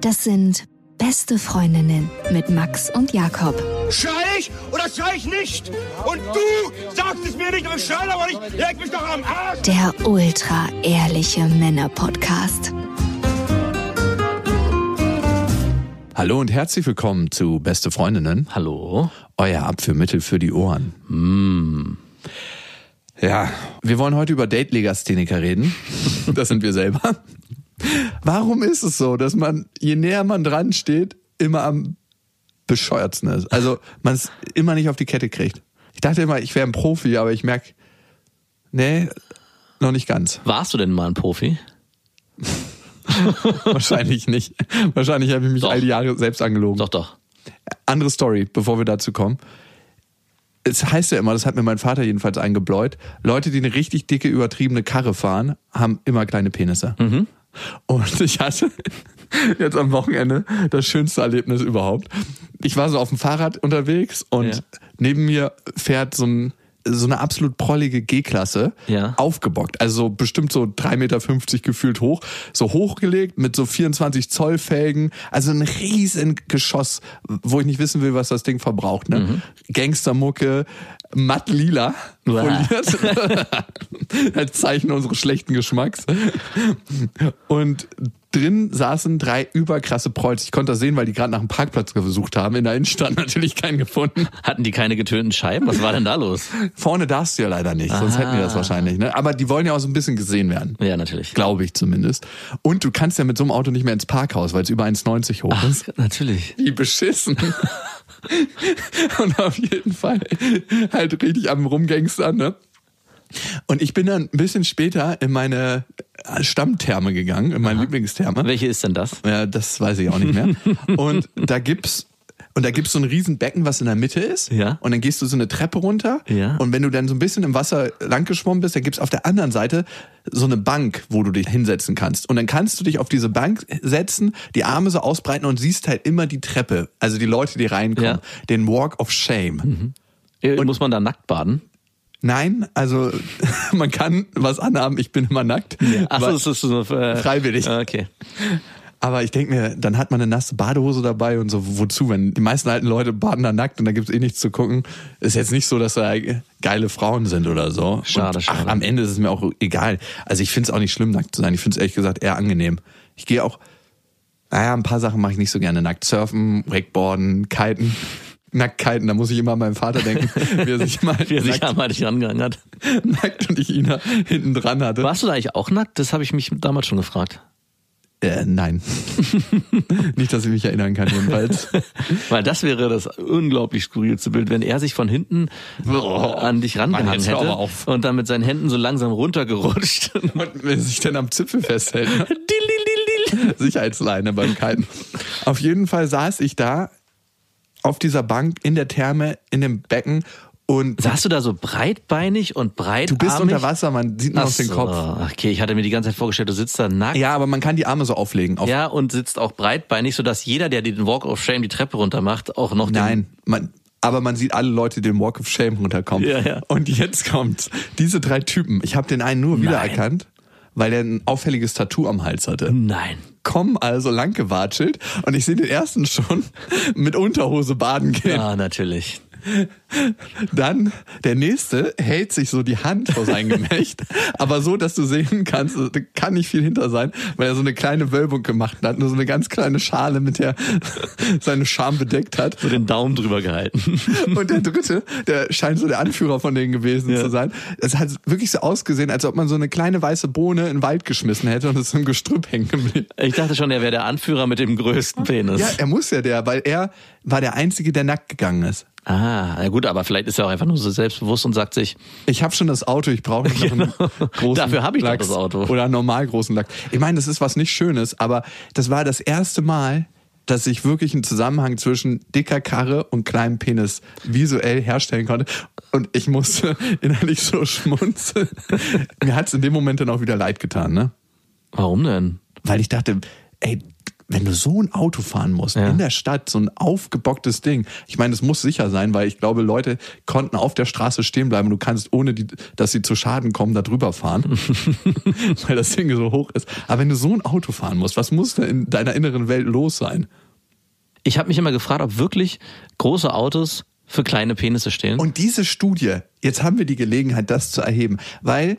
Das sind Beste Freundinnen mit Max und Jakob. Schrei ich oder schrei ich nicht? Und du sagst es mir nicht, aber ich schrei aber nicht. Leg mich doch am Arsch. Der ultra-ehrliche Männer-Podcast. Hallo und herzlich willkommen zu Beste Freundinnen, Hallo. Mm. euer Abführmittel für die Ohren. Ja, wir wollen heute über Date-Legastheniker reden. Das sind wir selber. Warum ist es so, dass man, je näher man dran steht, immer am bescheuertsten ist? Also, man es immer nicht auf die Kette kriegt. Ich dachte immer, ich wäre ein Profi, aber ich merke, nee, noch nicht ganz. Warst du denn mal ein Profi? Wahrscheinlich nicht. Wahrscheinlich habe ich mich Doch. all die Jahre selbst angelogen. Doch, doch. andere Story, bevor wir dazu kommen. Es heißt ja immer, das hat mir mein Vater jedenfalls eingebläut, Leute, die eine richtig dicke, übertriebene Karre fahren, haben immer kleine Penisse. Mhm. Und ich hatte jetzt am Wochenende das schönste Erlebnis überhaupt. Ich war so auf dem Fahrrad unterwegs und Ja. neben mir fährt so, ein, so eine absolut prollige G-Klasse Ja. aufgebockt. Also so bestimmt so 3,50 Meter gefühlt hoch. So hochgelegt mit so 24 Zoll Felgen. Also ein riesen Geschoss, wo ich nicht wissen will, was das Ding verbraucht. Ne? Gangstermucke, matt lila Uah. poliert. Als Zeichen unseres schlechten Geschmacks. Und drin saßen drei überkrasse Preuß. Ich konnte das sehen, weil die gerade nach einem Parkplatz gesucht haben. In der Innenstadt natürlich keinen gefunden. Hatten die keine getönten Scheiben? Was war denn da los? Vorne darfst du ja leider nicht, sonst hätten die das wahrscheinlich. Ne? Aber die wollen ja auch so ein bisschen gesehen werden. Ja, natürlich. Glaube ich zumindest. Und du kannst ja mit so einem Auto nicht mehr ins Parkhaus, weil es über 1,90 hoch ist. natürlich. Wie beschissen. Und auf jeden Fall halt richtig am Rumgangstern, ne? Und ich bin dann ein bisschen später in meine Stammtherme gegangen, in meine Lieblingstherme. Welche ist denn das? Ja, das weiß ich auch nicht mehr. und da gibt's und da gibt's so ein riesen Becken, was in der Mitte ist. Ja. Und dann gehst du so eine Treppe runter. Ja. Und wenn du dann so ein bisschen im Wasser lang geschwommen bist, dann gibt's auf der anderen Seite so eine Bank, wo du dich hinsetzen kannst. Und dann kannst du dich auf diese Bank setzen, die Arme so ausbreiten und siehst halt immer die Treppe, also die Leute, die reinkommen, Ja. den Walk of Shame. Äh, Muss man da nackt baden? Nein, also man kann was anhaben. Ich bin immer nackt. Achso, Weil- das ist so äh, Freiwillig. äh, Okay. Aber ich denke mir, dann hat man eine nasse Badehose dabei und so, wozu? Wenn die meisten alten Leute baden da nackt und da gibt's eh nichts zu gucken. Ist jetzt nicht so, dass da geile Frauen sind oder so. Schade, und, Ach, schade. am Ende ist es mir auch egal. Also ich find's auch nicht schlimm, nackt zu sein. Ich find's ehrlich gesagt eher angenehm. Ich gehe auch, naja, ein paar Sachen mache ich nicht so gerne. Nackt surfen, Wakeboarden, Kiten. Nackt kiten, da muss ich immer an meinen Vater denken, wie er sich mal Wie er sich nackt, einmal dich angegangen hat. nackt und ich ihn da hinten dran hatte. Warst du da eigentlich auch nackt? Das habe ich mich damals schon gefragt. Äh, nein. nicht, dass ich mich erinnern kann, jedenfalls. Weil das wäre das unglaublich skurrilste Bild, wenn er sich von hinten Boah. an dich rangehangen jetzt hör mal hätte auf. und dann mit seinen Händen so langsam runtergerutscht. Und wenn sich dann am Zipfel festhält. ne? Dil, dil, dil, dil. Sicherheitsleine beim Kiten. Auf jeden Fall saß ich da auf dieser Bank in der Therme, in dem Becken und Saß du da so breitbeinig und breitarmig? du bist unter Wasser, man sieht nur Ach noch den so. Kopf. Ah, Okay, ich hatte mir die ganze Zeit vorgestellt, du sitzt da nackt. Ja, aber man kann die Arme so auflegen. Auf, Ja, und sitzt auch breitbeinig, sodass jeder, der den Walk of Shame die Treppe runter macht, auch noch Nein, man, aber man sieht alle Leute, die den Walk of Shame runterkommen. Ja, ja. Und jetzt kommt's. Diese drei Typen, ich habe den einen nur wiedererkannt, weil er ein auffälliges Tattoo am Hals hatte. den... Nein. kommen also lang gewatschelt und ich sehe den ersten schon mit Unterhose baden gehen. Ja, Ah, natürlich. Dann der nächste hält sich so die Hand vor sein Gemächt, aber so, dass du sehen kannst, da kann nicht viel hinter sein, weil er so eine kleine Wölbung gemacht hat, nur so eine ganz kleine Schale, mit der seine Scham bedeckt hat. So den Daumen drüber gehalten. Und der dritte, der scheint so der Anführer von denen gewesen zu sein. Es hat wirklich so ausgesehen, als ob man so eine kleine weiße Bohne in den Wald geschmissen hätte und es im Gestrüpp hängen geblieben. Ich dachte schon, er wäre der Anführer mit dem größten Penis. Ja, er muss ja der, weil er war der Einzige, der nackt gegangen ist. Ah, na gut, aber vielleicht ist er auch einfach nur so selbstbewusst und sagt sich, Ich habe schon das Auto, ich brauche nicht noch einen großen Genau. Dafür hab ich doch Lachs das Auto. Oder einen normal großen Lachs. Ich meine, das ist was nicht Schönes, aber das war das erste Mal, dass ich wirklich einen Zusammenhang zwischen dicker Karre und kleinem Penis visuell herstellen konnte. Und ich musste innerlich so schmunzeln. Mir hat's in dem Moment dann auch wieder leid getan, ne? warum denn? Weil ich dachte, ey, wenn du so ein Auto fahren musst, Ja. in der Stadt, so ein aufgebocktes Ding, ich meine, es muss sicher sein, weil ich glaube, Leute konnten auf der Straße stehen bleiben und du kannst, ohne die, dass sie zu Schaden kommen, da drüber fahren, weil das Ding so hoch ist. Aber wenn du so ein Auto fahren musst, was muss da in deiner inneren Welt los sein? Ich habe mich immer gefragt, ob wirklich große Autos für kleine Penisse stehen. Und diese Studie, jetzt haben wir die Gelegenheit, das zu erheben, weil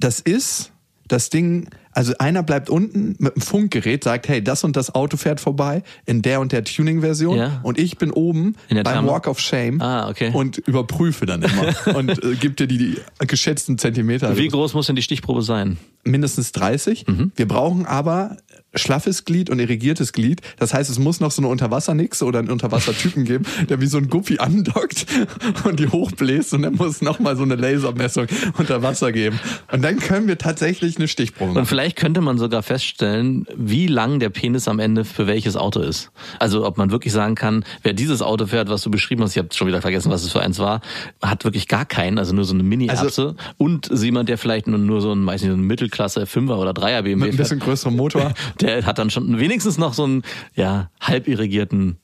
das ist das Ding, also einer bleibt unten mit dem Funkgerät, sagt, hey, das und das Auto fährt vorbei in der und der Tuning-Version Ja. und ich bin oben In der beim Therme? Walk of Shame Ah, okay. und überprüfe dann immer und äh, gib dir die, die geschätzten Zentimeter. Wie groß muss denn die Stichprobe sein? Mindestens 30. Mhm. Wir brauchen aber schlaffes Glied und irrigiertes Glied. Das heißt, es muss noch so eine Unterwassernixe oder einen Unterwassertypen geben, der wie so ein Guppi andockt und die hochbläst und dann muss nochmal so eine Lasermessung unter Wasser geben. Und dann können wir tatsächlich eine Stichprobe Und machen. vielleicht könnte man sogar feststellen, wie lang der Penis am Ende für welches Auto ist. Also ob man wirklich sagen kann, wer dieses Auto fährt, was du beschrieben hast, ich habe schon wieder vergessen, was es für eins war, hat wirklich gar keinen, also nur so eine Mini-Erbse. Also- und so jemand, der vielleicht nur, nur so ein, weiß nicht, so ein Mittelklasse Fünfer oder Dreier BMW Mit ein bisschen fährt, größerem Motor. der hat dann schon wenigstens noch so einen ja, halb irrigierten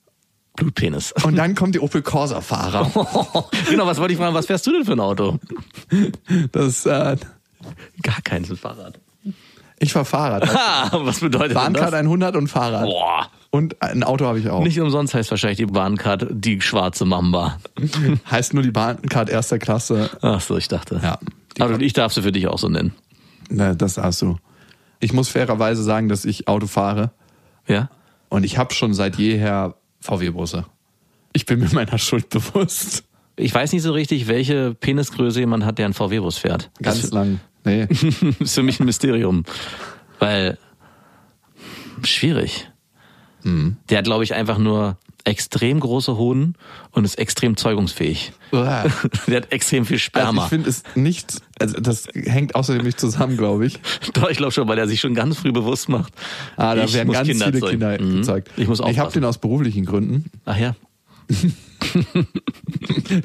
Blutpenis. Und dann kommt die Opel Corsa-Fahrer. genau, was wollte ich fragen, was fährst du denn für ein Auto? Das, äh, Gar keins ein Fahrrad. ich war Fahrrad. Ha, was bedeutet denn Bahncard das? 100 und Fahrrad. Boah. Und ein Auto habe ich auch. Nicht umsonst heißt wahrscheinlich die Bahncard die schwarze Mamba. Heißt nur die Bahncard erster Klasse Ach so, ich dachte. Ja. Aber ich darf sie für dich auch so nennen. Na, das hast du. Ich muss fairerweise sagen, dass ich Auto fahre Ja? und ich habe schon seit jeher VW-Busse. Ich bin mir meiner Schuld bewusst. Ich weiß nicht so richtig, welche Penisgröße jemand hat, der einen VW-Bus fährt. Ganz lang. Nee. Das ist für mich ein Mysterium. Weil, schwierig. Mhm. Der hat, glaube ich, einfach nur extrem große Hoden und ist extrem zeugungsfähig. Uah. Der hat extrem viel also Sperma. ich finde es nicht, also das hängt außerdem nicht zusammen, glaube ich. Doch, ich glaube schon, weil er sich schon ganz früh bewusst macht. Ah, da ich werden muss ganz Kinder viele zeugen. Kinder Mhm. gezeigt. Ich muss Ich habe aufpassen. den aus beruflichen Gründen. Ach ja.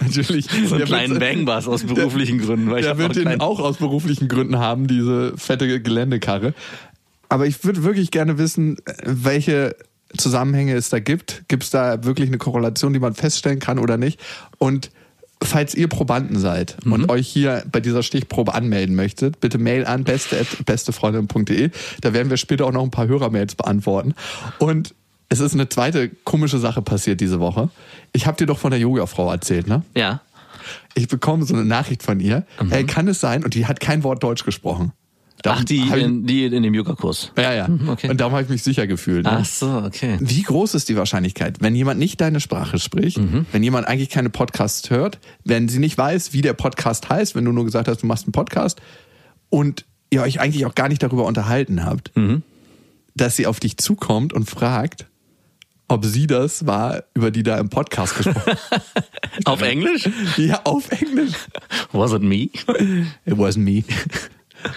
Natürlich. So einen Der kleinen wird- Bangbass aus beruflichen Gründen. Weil ich Der hab wird noch den einen kleinen- auch aus beruflichen Gründen haben, diese fette Geländekarre. Aber ich würde wirklich gerne wissen, äh, welche Zusammenhänge es da gibt. Gibt es da wirklich eine Korrelation, die man feststellen kann oder nicht? Und falls ihr Probanden seid Mhm. und euch hier bei dieser Stichprobe anmelden möchtet, bitte Mail an beste bestefreundin.de. Da werden wir später auch noch ein paar Hörermails beantworten. Und es ist eine zweite komische Sache passiert diese Woche. Ich habe dir doch von der Yogafrau erzählt, ne? Ja. ich bekomme so eine Nachricht von ihr. Hey, kann es sein? Und die hat kein Wort Deutsch gesprochen. Darum Mhm. Ach, die hab ich, in, die in dem Yoga-Kurs. ja, ja. Mhm, okay. Und darum habe ich mich sicher gefühlt. Ne? Ach so, okay. Wie groß ist die Wahrscheinlichkeit, wenn jemand nicht deine Sprache spricht, Mhm. wenn jemand eigentlich keine Podcasts hört, wenn sie nicht weiß, wie der Podcast heißt, wenn du nur gesagt hast, du machst einen Podcast und ihr euch eigentlich auch gar nicht darüber unterhalten habt, Mhm. dass sie auf dich zukommt und fragt, ob sie das war, über die da im Podcast gesprochen Auf Englisch? Ja, auf Englisch. Was it me? It wasn't me.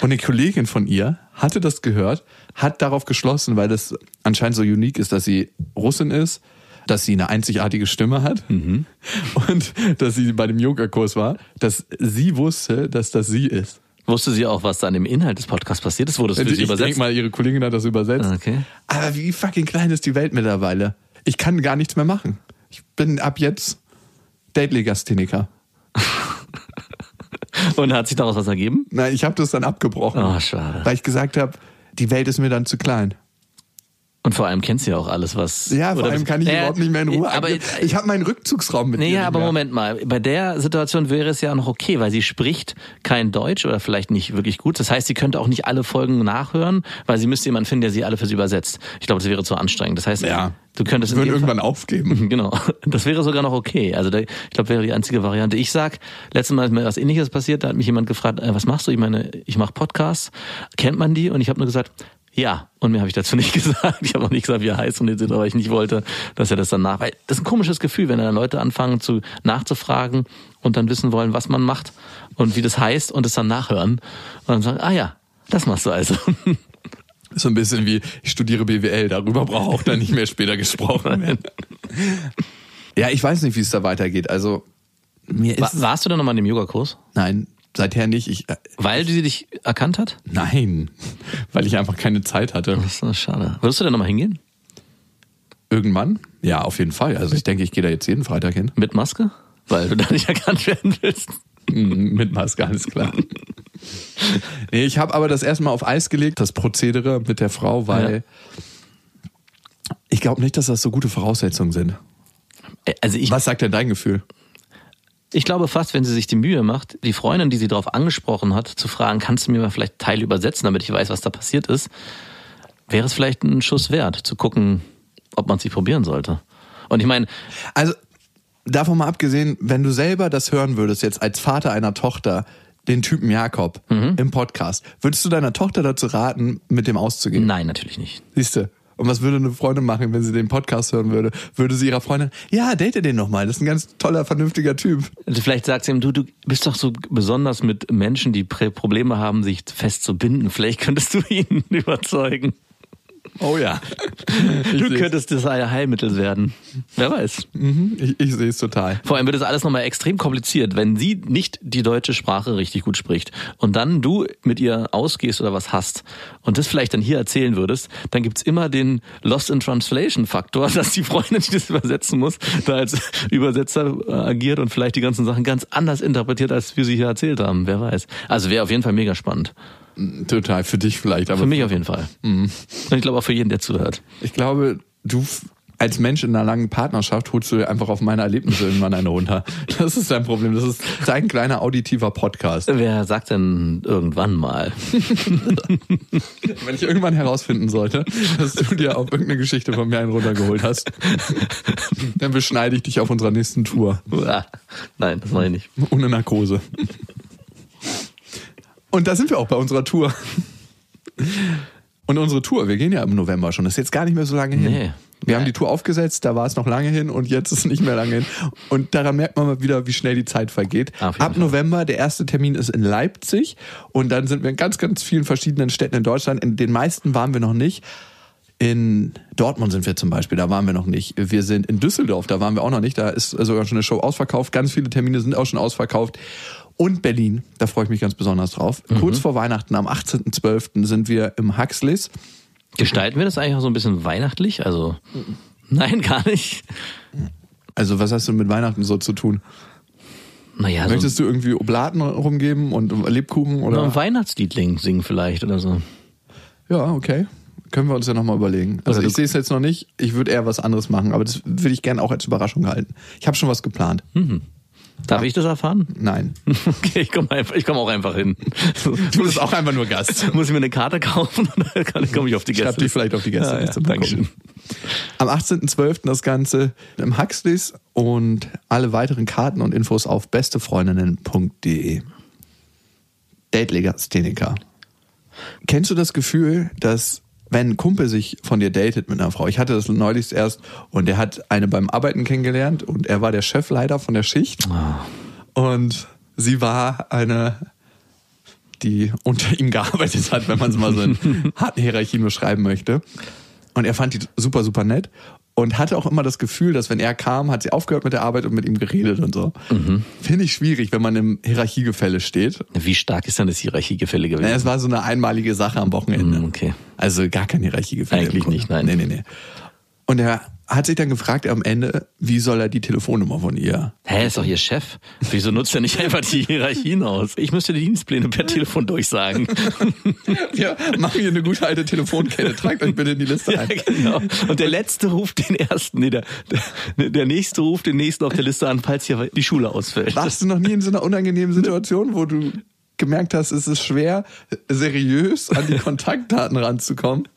Und eine Kollegin von ihr hatte das gehört, hat darauf geschlossen, weil das anscheinend so unique ist, dass sie Russin ist, dass sie eine einzigartige Stimme hat Mhm. und dass sie bei dem Yoga-Kurs war, dass sie wusste, dass das sie ist. Also Wusste sie auch, was da an dem Inhalt des Podcasts passiert ist? Wurde es für ich sie denke übersetzt? Ah, mal, ihre Kollegin hat das übersetzt. Okay. Aber wie fucking klein ist die Welt mittlerweile? Ich kann gar nichts mehr machen. Ich bin ab jetzt Date-Legastheniker. Und hat sich daraus was ergeben? Nein, ich habe das dann abgebrochen, Oh, schade. weil ich gesagt habe, die Welt ist mir dann zu klein. Und vor allem kennt sie ja auch alles, was. Ja, vor oder- allem kann ich Äh, überhaupt nicht mehr in Ruhe. Aber, Aber ich habe meinen Rückzugsraum mit nee, ihr ja, nicht aber mehr. Moment mal. Bei der Situation wäre es ja noch okay, weil sie spricht kein Deutsch oder vielleicht nicht wirklich gut. Das heißt, sie könnte auch nicht alle Folgen nachhören, weil sie müsste jemanden finden, der sie alle für sie übersetzt. Ich glaube, das wäre zu anstrengend. Das heißt, Ja. du könntest Ich in würde jedem Fall- irgendwann aufgeben. Genau, das wäre sogar noch okay. Also da, ich glaube, wäre die einzige Variante. Ich sag, letztes Mal ist mir was Ähnliches passiert. Da hat mich jemand gefragt, äh, was machst du? Ich meine, ich mache Podcasts. Kennt man die? Und ich habe nur gesagt, ja. Und mehr habe ich dazu nicht gesagt. Ich habe auch nicht gesagt, wie er heißt und den Sinn, aber ich nicht wollte, dass er das dann nach. Weil das ist ein komisches Gefühl, wenn dann Leute anfangen zu nachzufragen und dann wissen wollen, was man macht und wie das heißt und es dann nachhören und dann sagen, ah ja, das machst du also. So ein bisschen wie, ich studiere BWL, darüber braucht auch dann nicht mehr später gesprochen werden. ja, ich weiß nicht, wie es da weitergeht. Also, mir Wa- ist... Warst du dann nochmal in dem Yogakurs? Nein, seither nicht. Ich, äh, Weil sie dich erkannt hat? nein, weil ich einfach keine Zeit hatte. Das ist schade. Würdest du denn nochmal hingehen? Irgendwann? Ja, auf jeden Fall. Also ich denke, ich gehe da jetzt jeden Freitag hin. Mit Maske? Weil du da nicht erkannt werden willst. Mm, Mit Maske, alles klar. nee, ich habe aber das erstmal auf Eis gelegt, das Prozedere mit der Frau, weil ich glaube nicht, dass das so gute Voraussetzungen sind. Äh, Also ich, Was sagt denn dein Gefühl? ich glaube fast, wenn sie sich die Mühe macht, die Freundin, die sie darauf angesprochen hat, zu fragen, kannst du mir mal vielleicht Teile übersetzen, damit ich weiß, was da passiert ist, wäre es vielleicht ein Schuss wert, zu gucken, ob man es nicht probieren sollte. Und ich meine, Also, davon mal abgesehen, wenn du selber das hören würdest, jetzt als Vater einer Tochter, den Typen Jakob im Podcast, würdest du deiner Tochter dazu raten, mit dem auszugehen? nein, natürlich nicht. Siehste. Und was würde eine Freundin machen, wenn sie den Podcast hören würde? Würde sie ihrer Freundin, ja, date den nochmal, das ist ein ganz toller, vernünftiger Typ. Also Vielleicht sagt sie ihm, du, du bist doch so besonders mit Menschen, die Prä- Probleme haben, sich fest zu binden. Vielleicht könntest du ihn überzeugen. Oh ja. Du seh's. könntest das Heilmittel werden. Wer weiß. Ich, ich sehe es total. Vor allem wird das alles nochmal extrem kompliziert, wenn sie nicht die deutsche Sprache richtig gut spricht und dann du mit ihr ausgehst oder was hast und das vielleicht dann hier erzählen würdest, dann gibt's immer den Lost in Translation Faktor, dass die Freundin, die das übersetzen muss, da als Übersetzer äh, agiert und vielleicht die ganzen Sachen ganz anders interpretiert, als wir sie hier erzählt haben. Wer weiß. Also wäre auf jeden Fall mega spannend. Total, für dich vielleicht. Aber Für mich auf jeden Fall. Mhm. Und ich glaube auch für jeden, der zuhört. Ich glaube, du f- als Mensch in einer langen Partnerschaft holst du dir einfach auf meine Erlebnisse irgendwann eine runter. Das ist dein Problem. Das ist dein kleiner auditiver Podcast. Wer sagt denn irgendwann mal? Wenn ich irgendwann herausfinden sollte, dass du dir auf irgendeine Geschichte von mir einen runtergeholt hast, dann beschneide ich dich auf unserer nächsten Tour. Uah. Nein, das mache ich nicht. Ohne Narkose. Und da sind wir auch bei unserer Tour. Und unsere Tour, wir gehen ja im November schon, das ist jetzt gar nicht mehr so lange hin. Nee. Wir haben die Tour aufgesetzt, da war es noch lange hin und jetzt ist es nicht mehr lange hin. Und daran merkt man mal wieder, wie schnell die Zeit vergeht. Auf jeden Ab Fall. November, der erste Termin ist in Leipzig und dann sind wir in ganz, ganz vielen verschiedenen Städten in Deutschland. In den meisten waren wir noch nicht. In Dortmund sind wir zum Beispiel, da waren wir noch nicht. Wir sind in Düsseldorf, da waren wir auch noch nicht. Da ist sogar schon eine Show ausverkauft. Ganz viele Termine sind auch schon ausverkauft. Und Berlin, da freue ich mich ganz besonders drauf. Kurz vor Weihnachten, am 18.12. sind wir im Huxleys. Gestalten wir das eigentlich auch so ein bisschen weihnachtlich? Also, nein, gar nicht. Also was hast du mit Weihnachten so zu tun? Naja, so Möchtest du irgendwie Oblaten rumgeben und Lebkuchen so oder? ein Weihnachtsliedling singen vielleicht oder so. Ja, okay. Können wir uns ja nochmal überlegen. Also Oder du- ich sehe es jetzt noch nicht. Ich würde eher was anderes machen, aber das würde ich gerne auch als Überraschung halten. Ich habe schon was geplant. Darf ich das erfahren? Nein. Okay, ich komme komm auch einfach hin. Du bist auch einfach nur Gast. Muss ich mir eine Karte kaufen oder kann ich, komme ich auf die Gäste? Schreib dich vielleicht auf die Gäste. Ja, ja, Dankeschön. Dankeschön. Am 18.12. das Ganze im Huxleys und alle weiteren Karten und Infos auf bestefreundinnen.de. Datelegastheniker. Kennst du das Gefühl, dass wenn ein Kumpel sich von dir datet mit einer Frau, ich hatte das neulich erst und er hat eine beim Arbeiten kennengelernt und er war der Chefleiter von der Schicht Ah. und sie war eine, die unter ihm gearbeitet hat, wenn man es mal so in harten Hierarchien beschreiben möchte. Und er fand die super, super nett und hatte auch immer das Gefühl, dass wenn er kam, hat sie aufgehört mit der Arbeit und mit ihm geredet und so. Mhm. Finde ich schwierig, wenn man im Hierarchiegefälle steht Wie stark ist denn das Hierarchiegefälle ja, gewesen? es war so eine einmalige Sache am Wochenende. Mm, okay. Also gar keine Hierarchiegefälle. im Eigentlich Grunde. nicht, nein. Nee, nee, nee. Und er hat sich dann gefragt am Ende, wie soll er die Telefonnummer von ihr? Hä, ist doch ihr Chef. Wieso nutzt er nicht einfach die Hierarchien aus? Ich müsste die Dienstpläne per Telefon durchsagen. Wir machen hier eine gute alte Telefonkette. Tragt euch bitte in die Liste Ja, ein. genau. Und der letzte ruft den ersten, nee, der, der, der nächste ruft den nächsten auf der Liste an, falls hier die Schule ausfällt. Warst du noch nie in so einer unangenehmen Situation, wo du gemerkt hast, es ist schwer, seriös an die Kontaktdaten ranzukommen?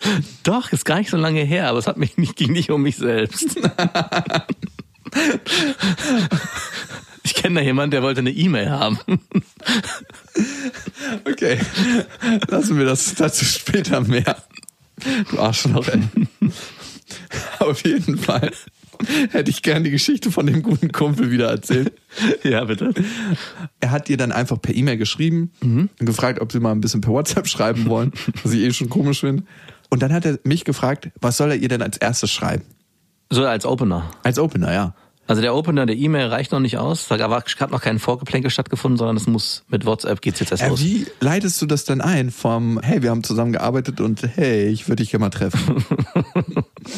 Doch, ist gar nicht so lange her, aber es hat mich nicht, ging nicht um mich selbst. Ich kenne da jemanden, der wollte eine E-Mail haben. Okay, lassen wir das dazu später mehr. Du Arschloch, ey. Auf jeden Fall hätte ich gern die Geschichte von dem guten Kumpel wieder erzählt. Ja, bitte. Mhm. Er hat ihr dann einfach per E-Mail geschrieben und gefragt, ob sie mal ein bisschen per WhatsApp schreiben wollen, was ich eh schon komisch finde. Und dann hat er mich gefragt, was soll er ihr denn als erstes schreiben? So als Opener. Als Opener, ja. Also der Opener der E-Mail reicht noch nicht aus. Da war- hat noch kein Vorgeplänkel stattgefunden, sondern es muss mit WhatsApp geht's jetzt erst Äh, los. wie leitest du das denn ein vom, hey, wir haben zusammen gearbeitet und hey, ich würde dich gerne mal treffen?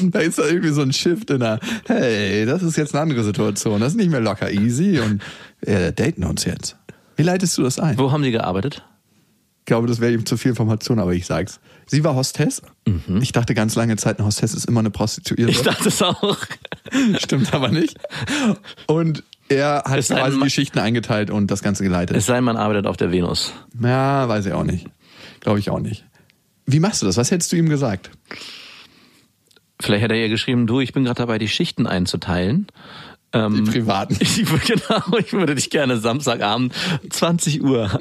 Da ist da irgendwie so ein Shift in der, hey, das ist jetzt eine andere Situation. Das ist nicht mehr locker easy und wir daten uns jetzt. Wie leitest du das ein? Wo haben die gearbeitet? Ich glaube, das wäre ihm zu viel Information, aber ich sag's. Sie war Hostess. Ich dachte ganz lange Zeit, eine Hostess ist immer eine Prostituierte. Mhm. Ich dachte es auch. Stimmt aber nicht. Und er hat Es sei quasi denn, ma- die Schichten eingeteilt und das Ganze geleitet. Es sei denn, man arbeitet auf der Venus. Ja, weiß ich auch nicht. Glaube ich auch nicht. Wie machst du das? Was hättest du ihm gesagt? Vielleicht hat er ihr geschrieben, du, ich bin gerade dabei, die Schichten einzuteilen. Die privaten. Ich, wür- genau, ich würde dich gerne Samstagabend 20 Uhr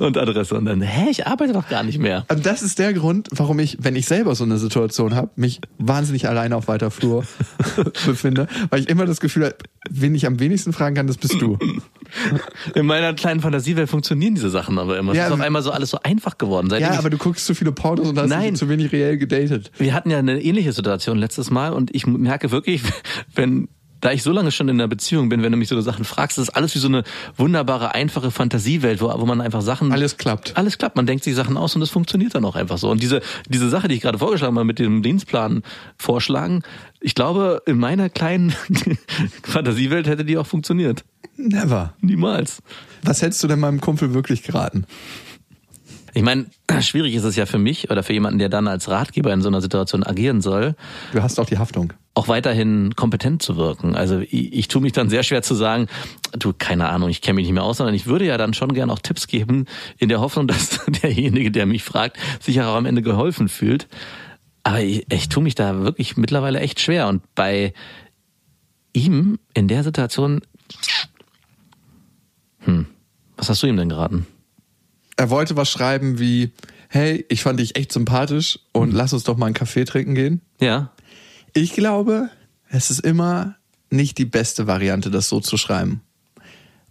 und Adresse und dann, hä, ich arbeite doch gar nicht mehr. Und das ist der Grund, warum ich, wenn ich selber so eine Situation habe, mich wahnsinnig alleine auf weiter Flur befinde, weil ich immer das Gefühl habe, wen ich am wenigsten fragen kann, das bist du. In meiner kleinen Fantasiewelt funktionieren diese Sachen aber immer. Ja, es ist auf ähm, einmal so alles so einfach geworden. Seitdem Ja, ich- aber du guckst zu viele Pornos und hast Nein. dich zu wenig reell gedatet. wir hatten ja eine ähnliche Situation letztes Mal und ich merke wirklich, wenn da ich so lange schon in einer Beziehung bin, wenn du mich so Sachen fragst, ist alles wie so eine wunderbare, einfache Fantasiewelt, wo, wo man einfach Sachen... Alles klappt. Alles klappt, man denkt sich Sachen aus und es funktioniert dann auch einfach so. Und diese, diese Sache, die ich gerade vorgeschlagen habe mit dem Dienstplan vorschlagen, ich glaube, in meiner kleinen Fantasiewelt hätte die auch funktioniert. Never. Niemals. Was hättest du denn meinem Kumpel wirklich geraten? Ich meine, schwierig ist es ja für mich oder für jemanden, der dann als Ratgeber in so einer Situation agieren soll, Du hast auch die Haftung. auch weiterhin kompetent zu wirken. Also ich, ich tue mich dann sehr schwer zu sagen, du, keine Ahnung, ich kenne mich nicht mehr aus, sondern ich würde ja dann schon gern auch Tipps geben, in der Hoffnung, dass derjenige, der mich fragt, sich auch am Ende geholfen fühlt. Aber ich, ich tue mich da wirklich mittlerweile echt schwer. Und bei ihm in der Situation, hm, was hast du ihm denn geraten? er wollte was schreiben wie, hey, ich fand dich echt sympathisch und lass uns doch mal einen Kaffee trinken gehen. Ja, Ich glaube, es ist immer nicht die beste Variante, das so zu schreiben.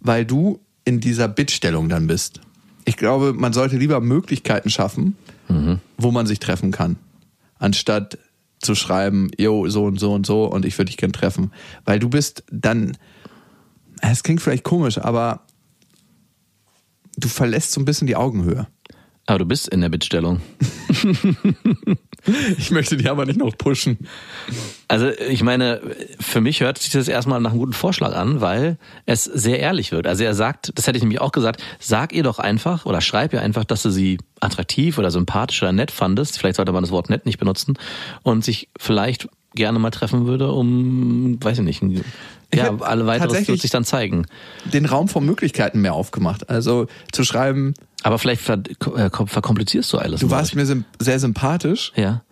Weil du in dieser Bittstellung dann bist. Ich glaube, man sollte lieber Möglichkeiten schaffen, wo man sich treffen kann. Anstatt zu schreiben, yo, so und so und so und ich würde dich gern treffen. Weil du bist dann, es klingt vielleicht komisch, aber du verlässt so ein bisschen die Augenhöhe. aber du bist in der Bittstellung. Ich möchte die aber nicht noch pushen. Also ich meine, für mich hört sich das erstmal nach einem guten Vorschlag an, weil es sehr ehrlich wird. Also er sagt, das hätte ich nämlich auch gesagt, sag ihr doch einfach oder schreib ihr einfach, dass du sie attraktiv oder sympathisch oder nett fandest. Vielleicht sollte man das Wort nett nicht benutzen und sich vielleicht gerne mal treffen würde, um, weiß ich nicht, ein- ja, hab alle weiteres tatsächlich- wird sich dann zeigen. den Raum von Möglichkeiten mehr aufgemacht. Also zu schreiben, Aber vielleicht ver äh, kom- verkomplizierst du alles. du noch. warst mir sym sehr sympathisch, Ja.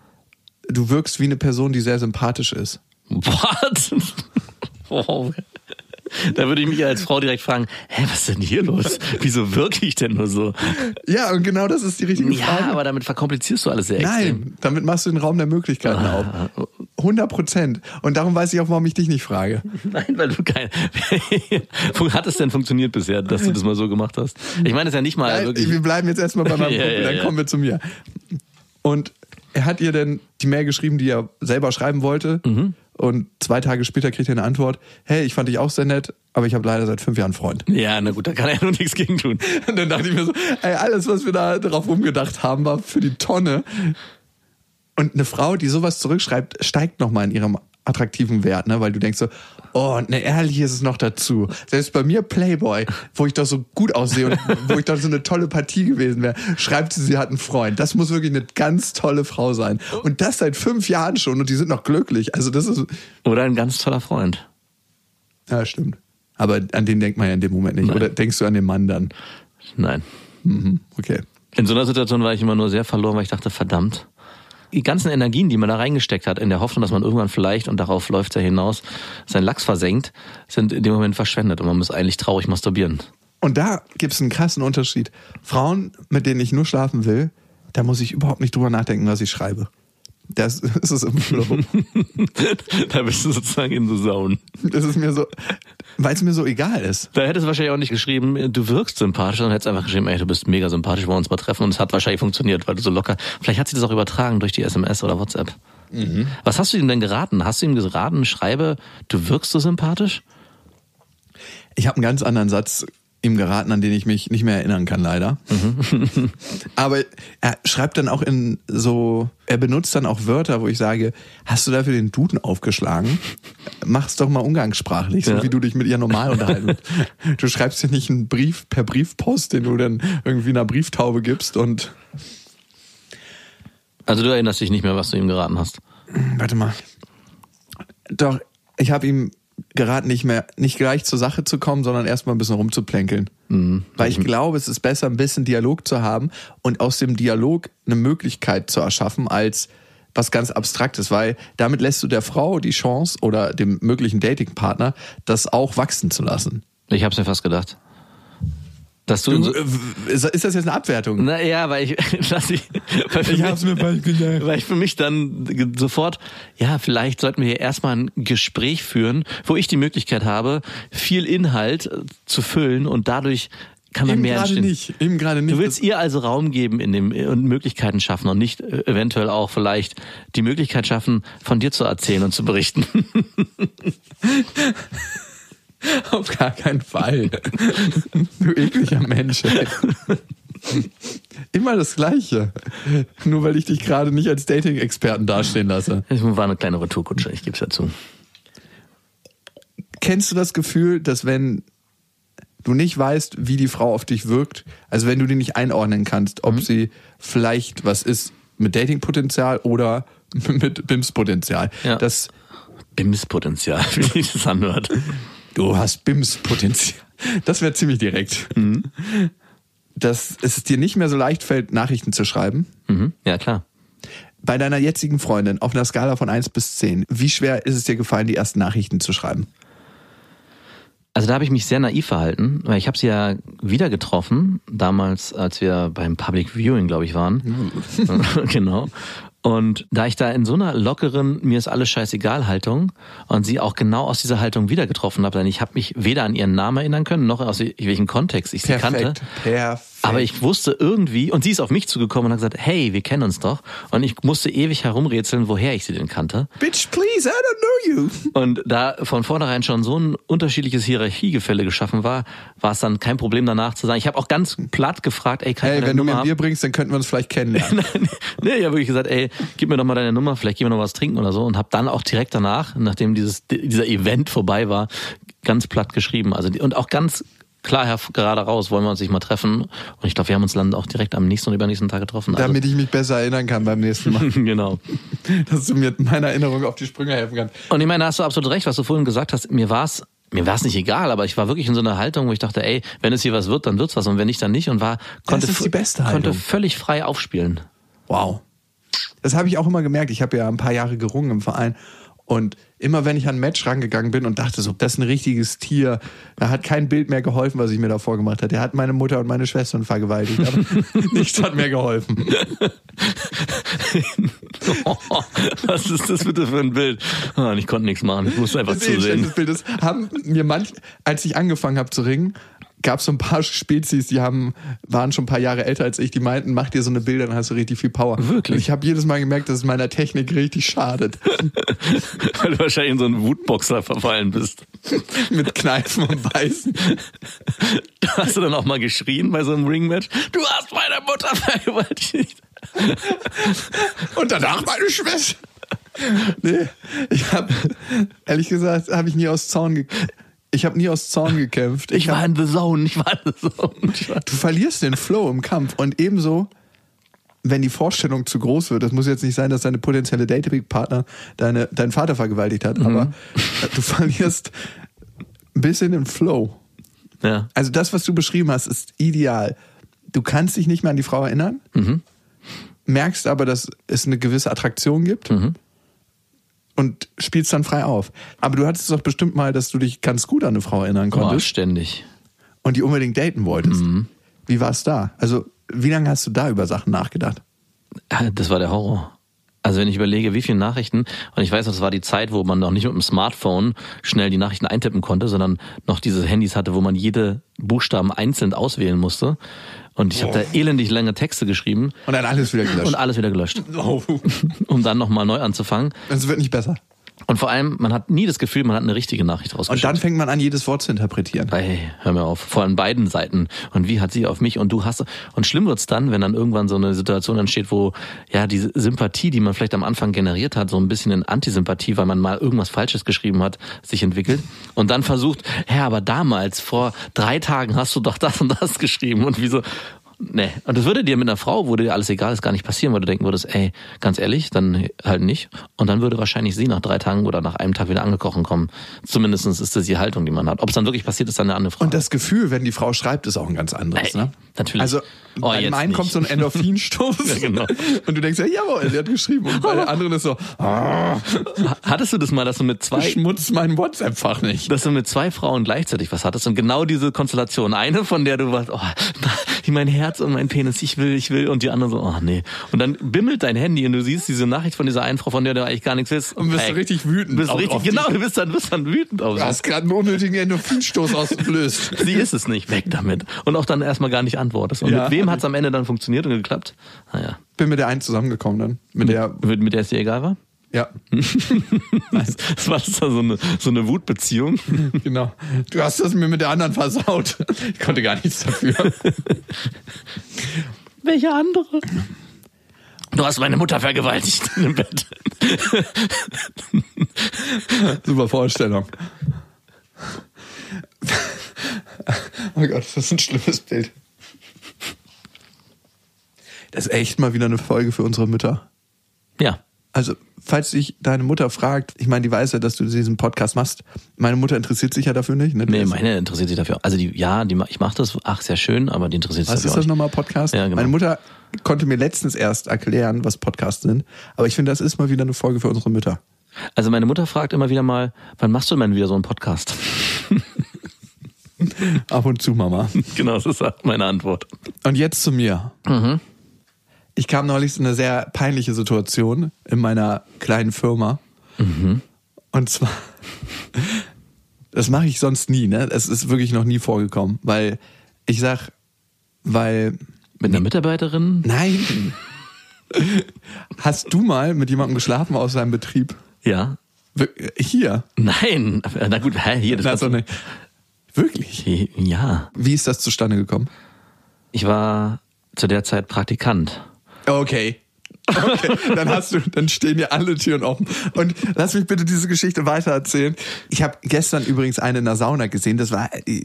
du wirkst wie eine Person, die sehr sympathisch ist. What? Wow. Da würde ich mich als Frau direkt fragen, hä, was ist denn hier los? Wieso wirke ich denn nur so? Ja, und genau das ist die richtige Frage. Ja, aber damit verkomplizierst du alles sehr extrem. Nein, damit machst du den Raum der Möglichkeiten Ah. auf. 100 Prozent. Und darum weiß ich auch, warum ich dich nicht frage. Nein, weil du kein. Wo hat es denn funktioniert bisher, dass du das mal so gemacht hast? Ich meine es ist ja nicht mal Nein, wirklich. wir bleiben jetzt erstmal bei meinem Ja, Kumpel, ja, dann ja. kommen wir zu mir. Und er hat ihr denn die Mail geschrieben, die er selber schreiben wollte. Mhm. Und zwei Tage später kriegt er eine Antwort: Hey, ich fand dich auch sehr nett, aber ich habe leider seit fünf Jahren einen Freund. Ja, na gut, da kann er ja nur nichts gegen tun. Und dann dachte ich mir so, ey, alles, was wir da drauf rumgedacht haben, war für die Tonne. Und eine Frau, die sowas zurückschreibt, steigt nochmal in ihrem attraktiven Wert, ne? weil du denkst so, oh, und eine ehrliche ist es noch dazu. Selbst bei mir Playboy, wo ich doch so gut aussehe und wo ich doch so eine tolle Partie gewesen wäre, schreibt sie, sie hat einen Freund. Das muss wirklich eine ganz tolle Frau sein. Und das seit fünf Jahren schon und die sind noch glücklich. Also das ist, Oder ein ganz toller Freund. ja, stimmt. Aber an den denkt man ja in dem Moment nicht. Oder denkst du an den Mann dann? Nein. Mhm, okay. In so einer Situation war ich immer nur sehr verloren, weil ich dachte, verdammt, die ganzen Energien, die man da reingesteckt hat, in der Hoffnung, dass man irgendwann vielleicht, und darauf läuft's ja hinaus, seinen Lachs versenkt, sind in dem Moment verschwendet und man muss eigentlich traurig masturbieren. Und da gibt es einen krassen Unterschied. Frauen, mit denen ich nur schlafen will, da muss ich überhaupt nicht drüber nachdenken, was ich schreibe. Das ist es im Flow. da bist du sozusagen in the zone. Das ist mir so, weil es mir so egal ist. Da hättest du wahrscheinlich auch nicht geschrieben, du wirkst sympathisch, sondern hättest einfach geschrieben, ey, du bist mega sympathisch, wollen wir uns mal treffen. Und es hat wahrscheinlich funktioniert, weil du so locker. Vielleicht hat sie das auch übertragen durch die SMS oder WhatsApp. Was hast du ihm denn geraten? Hast du ihm geraten, schreibe, du wirkst so sympathisch? Ich habe einen ganz anderen Satz ihm geraten, an den ich mich nicht mehr erinnern kann, leider. Aber er schreibt dann auch in so, er benutzt dann auch Wörter, wo ich sage, hast du dafür den Duden aufgeschlagen? Mach's doch mal umgangssprachlich, so Ja. wie du dich mit ihr normal unterhalten. du schreibst ja nicht einen Brief per Briefpost, den du dann irgendwie einer Brieftaube gibst und Also du erinnerst dich nicht mehr, was du ihm geraten hast. Warte mal. Doch, ich habe ihm geraten, nicht mehr, nicht gleich zur Sache zu kommen, sondern erstmal ein bisschen rumzuplänkeln. Mhm. Weil ich glaube, es ist besser, ein bisschen Dialog zu haben und aus dem Dialog eine Möglichkeit zu erschaffen, als was ganz Abstraktes, weil damit lässt du der Frau die Chance oder dem möglichen Datingpartner, das auch wachsen zu lassen. Ich hab's mir fast gedacht. Dass du. Äh, Ist ist das jetzt eine Abwertung? naja, weil ich. Dass ich weil für Ich hab's mir bald gedacht. Weil ich für mich dann ge- sofort, ja, vielleicht sollten wir hier erstmal ein Gespräch führen, wo ich die Möglichkeit habe, viel Inhalt äh, zu füllen und dadurch kann man Eben mehr gerade entstehen. nicht. Eben gerade nicht. Du willst ihr also Raum geben in dem und Möglichkeiten schaffen und nicht äh, eventuell auch vielleicht die Möglichkeit schaffen, von dir zu erzählen und zu berichten. Auf gar keinen Fall. Du ekliger Mensch. ey. Immer das Gleiche. Nur weil ich dich gerade nicht als Dating-Experten dastehen lasse. Das war eine kleine Retourkutsche, ich gebe es ja zu. Kennst du das Gefühl, dass wenn du nicht weißt, wie die Frau auf dich wirkt, also wenn du die nicht einordnen kannst, ob sie vielleicht was ist mit Dating-Potenzial oder mit BIMS-Potenzial, Ja. dass Bimspotenzial, wie ich das anhört. du hast BIMS-Potenzial. Das wäre ziemlich direkt. Dass es dir nicht mehr so leicht fällt, Nachrichten zu schreiben. Mhm. Ja, klar. Bei deiner jetzigen Freundin auf einer Skala von 1 bis 10, wie schwer ist es dir gefallen, die ersten Nachrichten zu schreiben? Also da habe ich mich sehr naiv verhalten, weil ich habe sie ja wieder getroffen, damals, als wir beim Public Viewing, glaube ich, waren. genau. Und da ich da in so einer lockeren, mir ist alles scheißegal Haltung und sie auch genau aus dieser Haltung wieder getroffen habe, denn ich habe mich weder an ihren Namen erinnern können, noch aus welchem Kontext ich sie kannte. Perfekt. Aber ich wusste irgendwie, und sie ist auf mich zugekommen und hat gesagt, hey, wir kennen uns doch. Und ich musste ewig herumrätseln, woher ich sie denn kannte. Bitch, please, I don't know you. Und da von vornherein schon so ein unterschiedliches Hierarchiegefälle geschaffen war, war es dann kein Problem danach zu sagen. Ich habe auch ganz platt gefragt, ey, kann ich Hey, wenn mal deine du mir Nummer ein Bier haben? bringst, dann könnten wir uns vielleicht kennenlernen. Nein, nee, ich habe wirklich gesagt, ey, gib mir doch mal deine Nummer, vielleicht gehen wir noch was trinken oder so. Und habe dann auch direkt danach, nachdem dieses, dieser Event vorbei war, ganz platt geschrieben. Also, die- und auch ganz klar herv- gerade raus, wollen wir uns nicht mal treffen. Und ich glaube, wir haben uns dann auch direkt am nächsten und übernächsten Tag getroffen. Also, Damit ich mich besser erinnern kann beim nächsten Mal, genau. dass du mir in meiner Erinnerung auf die Sprünge helfen kannst. Und ich meine, da hast du absolut recht, was du vorhin gesagt hast. Mir war es mir war's nicht egal, aber ich war wirklich in so einer Haltung, wo ich dachte, ey, wenn es hier was wird, dann wird's was und wenn nicht, dann nicht und war konnte ist die v- beste Haltung. konnte völlig frei aufspielen. Wow. Das habe ich auch immer gemerkt. Ich habe ja ein paar Jahre gerungen im Verein. Und immer wenn ich an ein Match rangegangen bin und dachte so, das ist ein richtiges Tier, da hat kein Bild mehr geholfen, was ich mir davor gemacht hatte. Er hat meine Mutter und meine Schwestern vergewaltigt, aber nichts hat mehr geholfen. was ist das bitte für ein Bild? Ah, Und ich konnte nichts machen, ich musste einfach Das ist eh ein zusehen. schlechtes Bild. Das haben mir manch, als ich angefangen habe zu ringen, gab es so ein paar Spezies, die haben, waren schon ein paar Jahre älter als ich, die meinten, mach dir so eine Bilder, dann hast du richtig viel Power. Wirklich? Und ich habe jedes Mal gemerkt, dass es meiner Technik richtig schadet. Weil du wahrscheinlich in so einen Wutboxer verfallen bist. Mit Kneifen und Beißen. Hast du dann auch mal geschrien bei so einem Ringmatch? Du hast meine Mutter vergewaltigt. Und danach meine Schwester. Nee, ich habe, ehrlich gesagt, habe ich nie aus Zaun ge ich habe nie aus Zaun gekämpft. Ich hab- war in the zone, ich war in the zone. Ich war du verlierst den Flow im Kampf und ebenso, wenn die Vorstellung zu groß wird, das muss jetzt nicht sein, dass deine potenzielle Dating-Partner deine, deinen Vater vergewaltigt hat, aber du verlierst ein bisschen den Flow. ja. Also das, was du beschrieben hast, ist ideal. Du kannst dich nicht mehr an die Frau erinnern, merkst aber, dass es eine gewisse Attraktion gibt und spielst dann frei auf. Aber du hattest doch bestimmt mal, dass du dich ganz gut an eine Frau erinnern Boah, konntest ständig. und die unbedingt daten wolltest. Wie war es da? Also, wie lange hast du da über Sachen nachgedacht? Ah, Das war der Horror. Also wenn ich überlege, wie viele Nachrichten, und ich weiß noch, das war die Zeit, wo man noch nicht mit dem Smartphone schnell die Nachrichten eintippen konnte, sondern noch diese Handys hatte, wo man jede Buchstaben einzeln auswählen musste. Und ich habe da elendig lange Texte geschrieben Und dann alles wieder gelöscht. und alles wieder gelöscht, oh, um dann nochmal neu anzufangen. es wird nicht besser. Und vor allem, man hat nie das Gefühl, man hat eine richtige Nachricht Und rausgeschickt. dann fängt man an, jedes Wort zu interpretieren. Ey, hör mir auf. Vor allem beiden Seiten. Und wie hat sie auf mich und du hast. Und schlimm wird's dann, wenn dann irgendwann so eine Situation entsteht, wo ja diese Sympathie, die man vielleicht am Anfang generiert hat, so ein bisschen in Antisympathie, weil man mal irgendwas Falsches geschrieben hat, sich entwickelt. Und dann versucht, hä, aber damals, vor drei Tagen hast du doch das und das geschrieben. Und wieso? Nee. Und das würde dir mit einer Frau, wo dir alles egal ist, gar nicht passieren, weil du denken würdest, ey, ganz ehrlich, dann halt nicht. Und dann würde wahrscheinlich sie nach drei Tagen oder nach einem Tag wieder angekrochen kommen. Zumindest ist das die Haltung, die man hat. Ob es dann wirklich passiert, ist dann eine andere Frage. Und das Gefühl, wenn die Frau schreibt, ist auch ein ganz anderes. Ey, Ne? Äh, natürlich. Also Oh, bei jetzt meinen nicht. kommt so ein Endorphinstoß. Ja, genau. Und du denkst, ja, jawohl, sie hat geschrieben. Und bei der anderen ist so, ah, Ha- Hattest du das mal, dass du mit zwei, schmutz mein WhatsApp-Fach nicht. dass du mit zwei Frauen gleichzeitig was hattest und genau diese Konstellation, eine von der du warst, oh, mein Herz und mein Penis, ich will, ich will, und die andere so, oh nee. Und dann bimmelt dein Handy und du siehst diese Nachricht von dieser einen Frau, von der du eigentlich gar nichts willst. Und bist Ey, du richtig wütend. Bist auf- richtig, auf genau, die- du bist dann, bist dann wütend auf Du sie. hast gerade einen unnötigen Endorphinstoß ausgelöst. Sie ist es nicht, weg damit. Und auch dann erstmal gar nicht antwortest. Und Ja. mit wem hat es am Ende dann funktioniert und geklappt? Naja. Bin mit der einen zusammengekommen dann. Mit der, Mit, mit der es dir egal war? ja, Hm? Das, das war das da so eine, so eine Wutbeziehung. genau. Du hast das mir mit der anderen versaut. Ich konnte gar nichts dafür. Welche andere? Du hast meine Mutter vergewaltigt im Bett. Super Vorstellung. Oh Gott, das ist ein schlimmes Bild. Das ist echt mal wieder eine Folge für unsere Mütter. Ja. Also, falls dich deine Mutter fragt, ich meine, die weiß ja, dass du diesen Podcast machst. Meine Mutter interessiert sich ja dafür nicht. Ne? Die Nee, ist- meine interessiert sich dafür. Also die, ja, die, ma- ich mache das, ach, sehr schön, aber die interessiert sich Was dafür ist auch das nicht. nochmal, Podcast? Ja, genau. Meine Mutter konnte mir letztens erst erklären, was Podcasts sind. Aber ich finde, das ist mal wieder eine Folge für unsere Mütter. Also meine Mutter fragt immer wieder mal, wann machst du denn wieder so einen Podcast? Ab und zu, Mama. genau, das ist meine Antwort. Und jetzt zu mir. Ich kam neulich in eine sehr peinliche Situation in meiner kleinen Firma. Und zwar, das mache ich sonst nie, ne? Es ist wirklich noch nie vorgekommen, weil ich sag, weil, Mit einer Mitarbeiterin? nein. Hast du mal mit jemandem geschlafen aus seinem Betrieb? Ja. Wir- Hier? Nein. Na gut, hä, hier, das Na, so eine- Wirklich? Ja. Wie ist das zustande gekommen? Ich war zu der Zeit Praktikant. Okay. Okay, dann hast du, dann stehen dir alle Türen offen. Und lass mich bitte diese Geschichte weitererzählen. Ich habe gestern übrigens eine in der Sauna gesehen. Das war äh,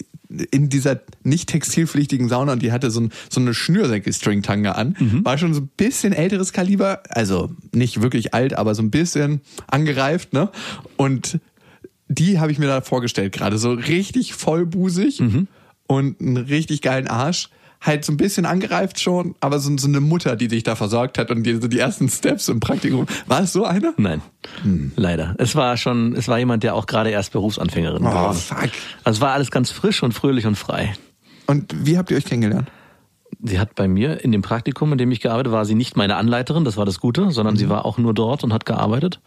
in dieser nicht textilpflichtigen Sauna und die hatte so, ein, so eine Schnürsenkel-Stringtanga an. War schon so ein bisschen älteres Kaliber, also nicht wirklich alt, aber so ein bisschen angereift, ne? Und die habe ich mir da vorgestellt gerade. So richtig vollbusig Mhm. und einen richtig geilen Arsch. Halt so ein bisschen angereift schon, aber so, so eine Mutter, die sich da versorgt hat und die, so die ersten Steps im Praktikum. War es so einer? Nein, Hm. leider. Es war schon, es war jemand, der auch gerade erst Berufsanfängerin war. Oh, fuck. Also es war alles ganz frisch und fröhlich und frei. Und wie habt ihr euch kennengelernt? Sie hat bei mir in dem Praktikum, in dem ich gearbeitet war, sie nicht meine Anleiterin, das war das Gute, sondern Mhm. sie war auch nur dort und hat gearbeitet.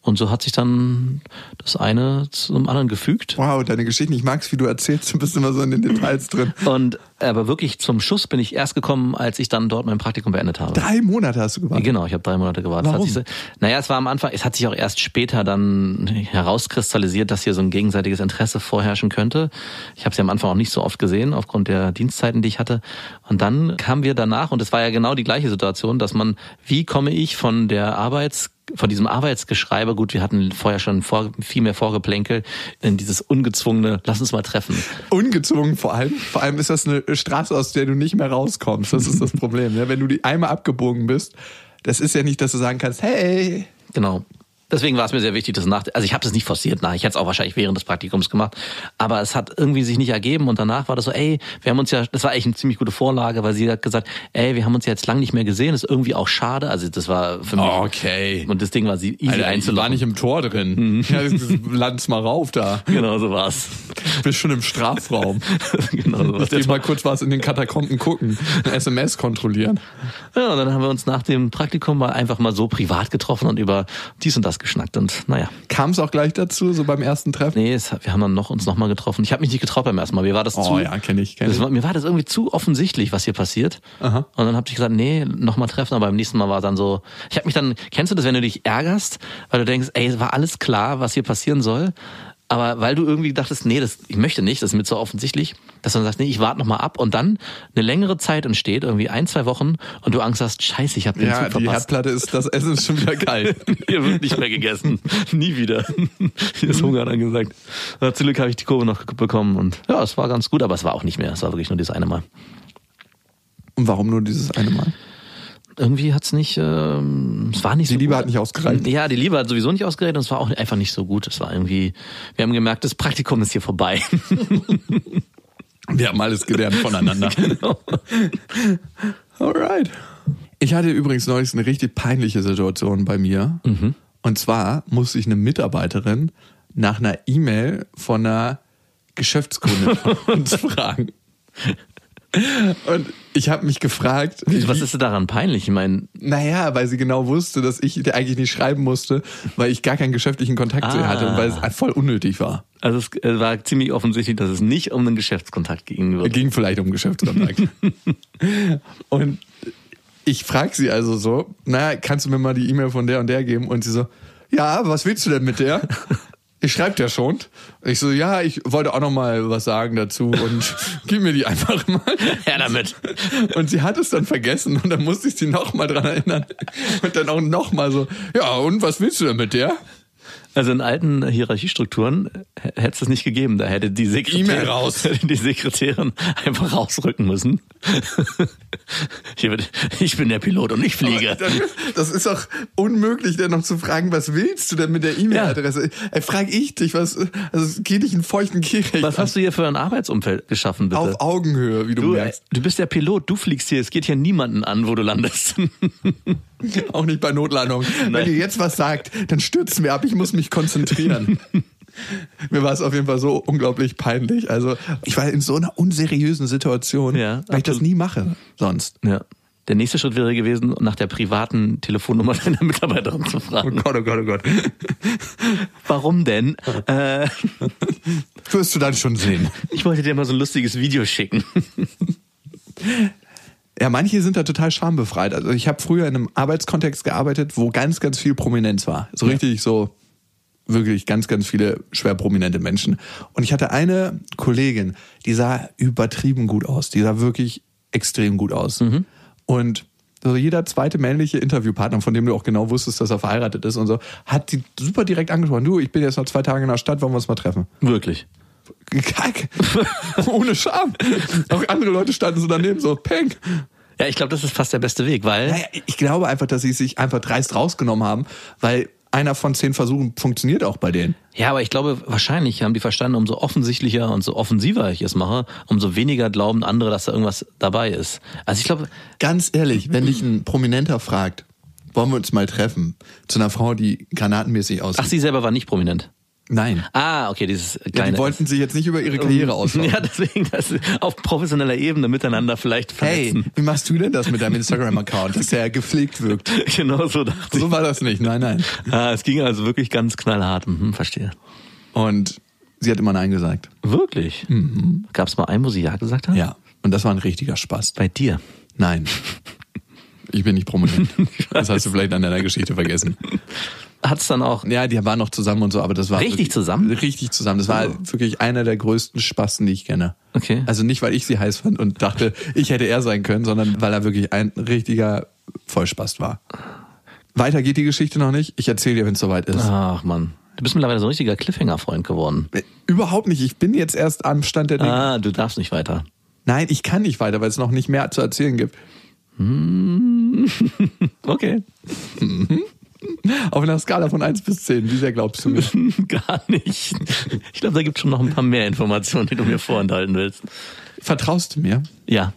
Und so hat sich dann das eine zum anderen gefügt. Wow, deine Geschichten, ich mag's, wie du erzählst, du bist immer so in den Details drin. Und aber wirklich zum Schuss bin ich erst gekommen, als ich dann dort mein Praktikum beendet habe. Drei Monate hast du gewartet. Genau, ich habe drei Monate gewartet. Warum? Es hat sich so, naja, es war am Anfang, es hat sich auch erst später dann herauskristallisiert, dass hier so ein gegenseitiges Interesse vorherrschen könnte. Ich habe sie am Anfang auch nicht so oft gesehen, aufgrund der Dienstzeiten, die ich hatte. Und dann kamen wir danach, und es war ja genau die gleiche Situation, dass man, wie komme ich von der Arbeits von diesem Arbeitsgeschreibe, gut, wir hatten vorher schon vor, viel mehr Vorgeplänkel, in dieses ungezwungene, lass uns mal treffen. Ungezwungen vor allem. Vor allem ist das eine Straße, aus der du nicht mehr rauskommst. Das ist das Problem. Ne? Wenn du die einmal abgebogen bist, das ist ja nicht, dass du sagen kannst, hey, Genau. Deswegen war es mir sehr wichtig, das nach, also ich habe das nicht forciert, nach, ich hätte es auch wahrscheinlich während des Praktikums gemacht, aber es hat irgendwie sich nicht ergeben und danach war das so, ey, wir haben uns ja, das war eigentlich eine ziemlich gute Vorlage, weil sie hat gesagt, ey, wir haben uns ja jetzt lange nicht mehr gesehen, ist irgendwie auch schade, also das war für mich. Okay. Und das Ding war sie easy Oh. Alter, war einzuladen. nicht im Tor drin. Ja, land's mal rauf da. Genau so war's. Bist schon im Strafraum. genau so Ich war's. geh mal kurz was in den Katakomben gucken. Eine SMS kontrollieren. Ja, und dann haben wir uns nach dem Praktikum mal einfach mal so privat getroffen und über dies und das geschnackt und naja. Kam es auch gleich dazu, so beim ersten Treffen? Nee, es, wir haben dann noch, uns nochmal getroffen. Ich habe mich nicht getraut beim ersten Mal. Mir war das Oh zu. ja, kenn ich, kenn das ich. war, mir war das irgendwie zu offensichtlich, was hier passiert. Aha. Und dann habe ich gesagt, nee, nochmal treffen. Aber beim nächsten Mal war dann so. Ich habe mich dann. Kennst du das, wenn du dich ärgerst, weil du denkst, ey, es war alles klar, was hier passieren soll. Aber weil du irgendwie dachtest, nee, das, ich möchte nicht, das ist mir zu offensichtlich, dass du dann sagst, nee, ich warte nochmal ab und dann eine längere Zeit entsteht, irgendwie ein, zwei Wochen und du Angst hast, scheiße, ich habe den Ja, Zug die verpasst. Herdplatte ist, das Essen ist schon wieder kalt. Hier wird nicht mehr gegessen. Nie wieder. Hier ist Hunger angesagt. Na, zum Glück habe ich die Kurve noch bekommen und ja, es war ganz gut, aber es war auch nicht mehr. Es war wirklich nur dieses eine Mal. Und warum nur dieses eine Mal? Irgendwie hat es nicht, ähm, es war nicht Die so Liebe gut. hat nicht ausgereicht. Ja, die Liebe hat sowieso nicht ausgeredet und es war auch einfach nicht so gut. Es war irgendwie, wir haben gemerkt, das Praktikum ist hier vorbei. Wir haben alles gelernt voneinander. Genau. Alright. Ich hatte übrigens neulich eine richtig peinliche Situation bei mir. Mhm. Und zwar musste ich eine Mitarbeiterin nach einer E-Mail von einer Geschäftskundin von uns fragen. Und ich habe mich gefragt, Was wie- ist denn daran peinlich? Ich meine, naja, weil sie genau wusste, dass ich ihr eigentlich nicht schreiben musste, weil ich gar keinen geschäftlichen Kontakt zu ihr hatte und weil Ah. es voll unnötig war. also es äh, war ziemlich offensichtlich, dass es nicht um einen Geschäftskontakt ging. Würde. Ging vielleicht um Geschäftskontakt. und ich frage sie also so, naja, kannst du mir mal die E-Mail von der und der geben? Und sie so, ja, was willst du denn mit der? Ich schreibe der schon. Ich so, ja, ich wollte auch noch mal was sagen dazu und gib mir die einfach mal. Her damit. Und sie hat es dann vergessen und dann musste ich sie noch mal dran erinnern. Und dann auch noch mal so, ja, und was willst du denn mit der? Also in alten Hierarchiestrukturen h- hätte es das nicht gegeben. Da hätte die E-Mail Sekretärin, raus. hätte die Sekretärin einfach rausrücken müssen. Hier wird, ich bin der Pilot und ich fliege. Dann- Das ist doch unmöglich, dann noch zu fragen, was willst du denn mit der E-Mail-Adresse? Äh, Frag ich dich, was, also es geht dich in feuchten Kirchen. Was hast du hier für ein Arbeitsumfeld geschaffen, bitte? Auf Augenhöhe, wie du, du, äh, merkst. du bist der Pilot, du fliegst hier. Es geht hier niemanden an, wo du landest. Auch nicht bei Notlandungen. Wenn Nein. ihr jetzt was sagt, dann stürzen wir ab. Ich muss mich konzentrieren. Mir war es auf jeden Fall so unglaublich peinlich. Also ich war in so einer unseriösen Situation, Ja, weil ich das absolut. nie mache sonst. ja. Der nächste Schritt wäre gewesen, nach der privaten Telefonnummer deiner Mitarbeiterin zu Oh fragen. Gott, oh Gott, oh Gott. Warum denn? Äh, Wirst du dann schon sehen. ich wollte dir mal so ein lustiges Video schicken. Ja, manche sind da total schambefreit. Also ich habe früher in einem Arbeitskontext gearbeitet, wo ganz, ganz viel Prominenz war. So richtig so wirklich ganz, ganz viele schwer prominente Menschen. Und ich hatte eine Kollegin, die sah übertrieben gut aus. Die sah wirklich extrem gut aus. Und also jeder zweite männliche Interviewpartner, von dem du auch genau wusstest, dass er verheiratet ist und so, hat sie super direkt angesprochen. Du, ich bin jetzt noch zwei Tage in der Stadt, wollen wir uns mal treffen? Wirklich. Kack. Ohne Scham. Auch andere Leute standen so daneben, so, peng. Ja, ich glaube, das ist fast der beste Weg, weil Naja, ich glaube einfach, dass sie sich einfach dreist rausgenommen haben, weil einer von zehn Versuchen funktioniert auch bei denen. Ja, aber ich glaube, wahrscheinlich haben die verstanden, umso offensichtlicher und so offensiver ich es mache, umso weniger glauben andere, dass da irgendwas dabei ist. Also ich glaube, Ganz ehrlich, wenn dich ein Prominenter fragt, wollen wir uns mal treffen, zu einer Frau, die granatenmäßig aussieht. ach, sie selber war nicht prominent. Nein. Ah, okay, dieses Ja, kleine. Ähm, die Ähm, wollten sich jetzt nicht über ihre Karriere auslassen. Ja, deswegen, dass sie auf professioneller Ebene miteinander vielleicht Hey, vernetzen. wie machst du denn das mit deinem Instagram-Account, dass der gepflegt wirkt? Genau so dachte ich. So war das nicht, nein, nein. Ah, es ging also wirklich ganz knallhart. Mhm, verstehe. Und sie hat immer Nein gesagt. Wirklich? Mhm. Gab es mal einen, wo sie Ja gesagt hat? Ja. Und das war ein richtiger Spaß. Bei dir. Nein. Ich bin nicht prominent. Das hast du vielleicht an deiner Geschichte vergessen. Hat's dann auch. Ja, die waren noch zusammen und so, aber das war. Richtig wirklich- zusammen? Oh. Richtig zusammen. Das war wirklich einer der größten Spasten, die ich kenne. Okay. Also nicht, weil ich sie heiß fand und dachte, ich hätte er sein können, sondern weil er wirklich ein richtiger Vollspast war. Weiter geht die Geschichte noch nicht. Ich erzähle dir, wenn es soweit ist. Ach Mann. Du bist mittlerweile so ein richtiger Cliffhanger-Freund geworden. Überhaupt nicht. Ich bin jetzt erst am Stand der Dinge. Ah, du darfst nicht weiter. Nein, ich kann nicht weiter, weil es noch nicht mehr zu erzählen gibt. Okay. Auf einer Skala von 1 bis 10. Wie sehr glaubst du mir? Gar nicht. Ich glaube, da gibt es schon noch ein paar mehr Informationen, die du mir vorenthalten willst. Vertraust du mir? Ja.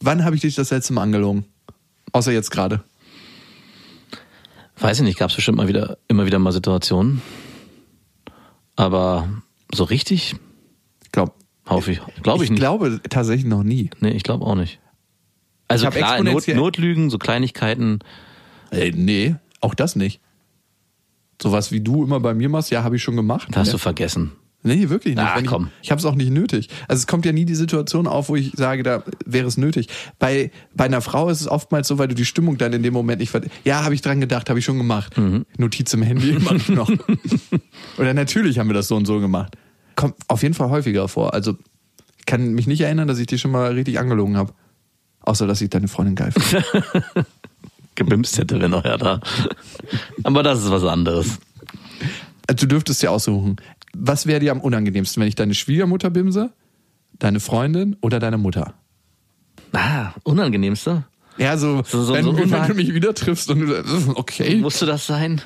Wann habe ich dich das letzte Mal angelogen? Außer jetzt gerade. Weiß ich nicht, gab es bestimmt mal wieder, immer wieder mal Situationen. Aber so richtig, Glaub. hoffe ich, glaube ich, ich nicht. glaube tatsächlich noch nie. nee, ich glaube auch nicht. Also Ich hab klar, Not, exponentiell- Notlügen, so Kleinigkeiten. Äh, nee, auch das nicht. Sowas wie du immer bei mir machst, ja, habe ich schon gemacht. Das hast ja. du vergessen. Nee, wirklich nicht. Ah, Wenn ich komm. ich habe es auch nicht nötig. Also es kommt ja nie die Situation auf, wo ich sage, da wäre es nötig. Bei, bei einer Frau ist es oftmals so, weil du die Stimmung dann in dem Moment nicht ver Ja, habe ich dran gedacht, habe ich schon gemacht. Mhm. Notiz im Handy mach ich noch. Oder natürlich haben wir das so und so gemacht. Kommt auf jeden Fall häufiger vor. Also kann mich nicht erinnern, dass ich dich schon mal richtig angelogen habe. Außer, dass ich deine Freundin geil finde. Gebimst hätte, wenn noch ja da. Aber das ist was anderes. Also du dürftest dir aussuchen. Was wäre dir am unangenehmsten, wenn ich deine Schwiegermutter bimse, deine Freundin oder deine Mutter? Ah, unangenehmste? Ja, so, So- so- wenn, so wenn du unangenehm. mich wieder triffst und du okay. Musste das sein?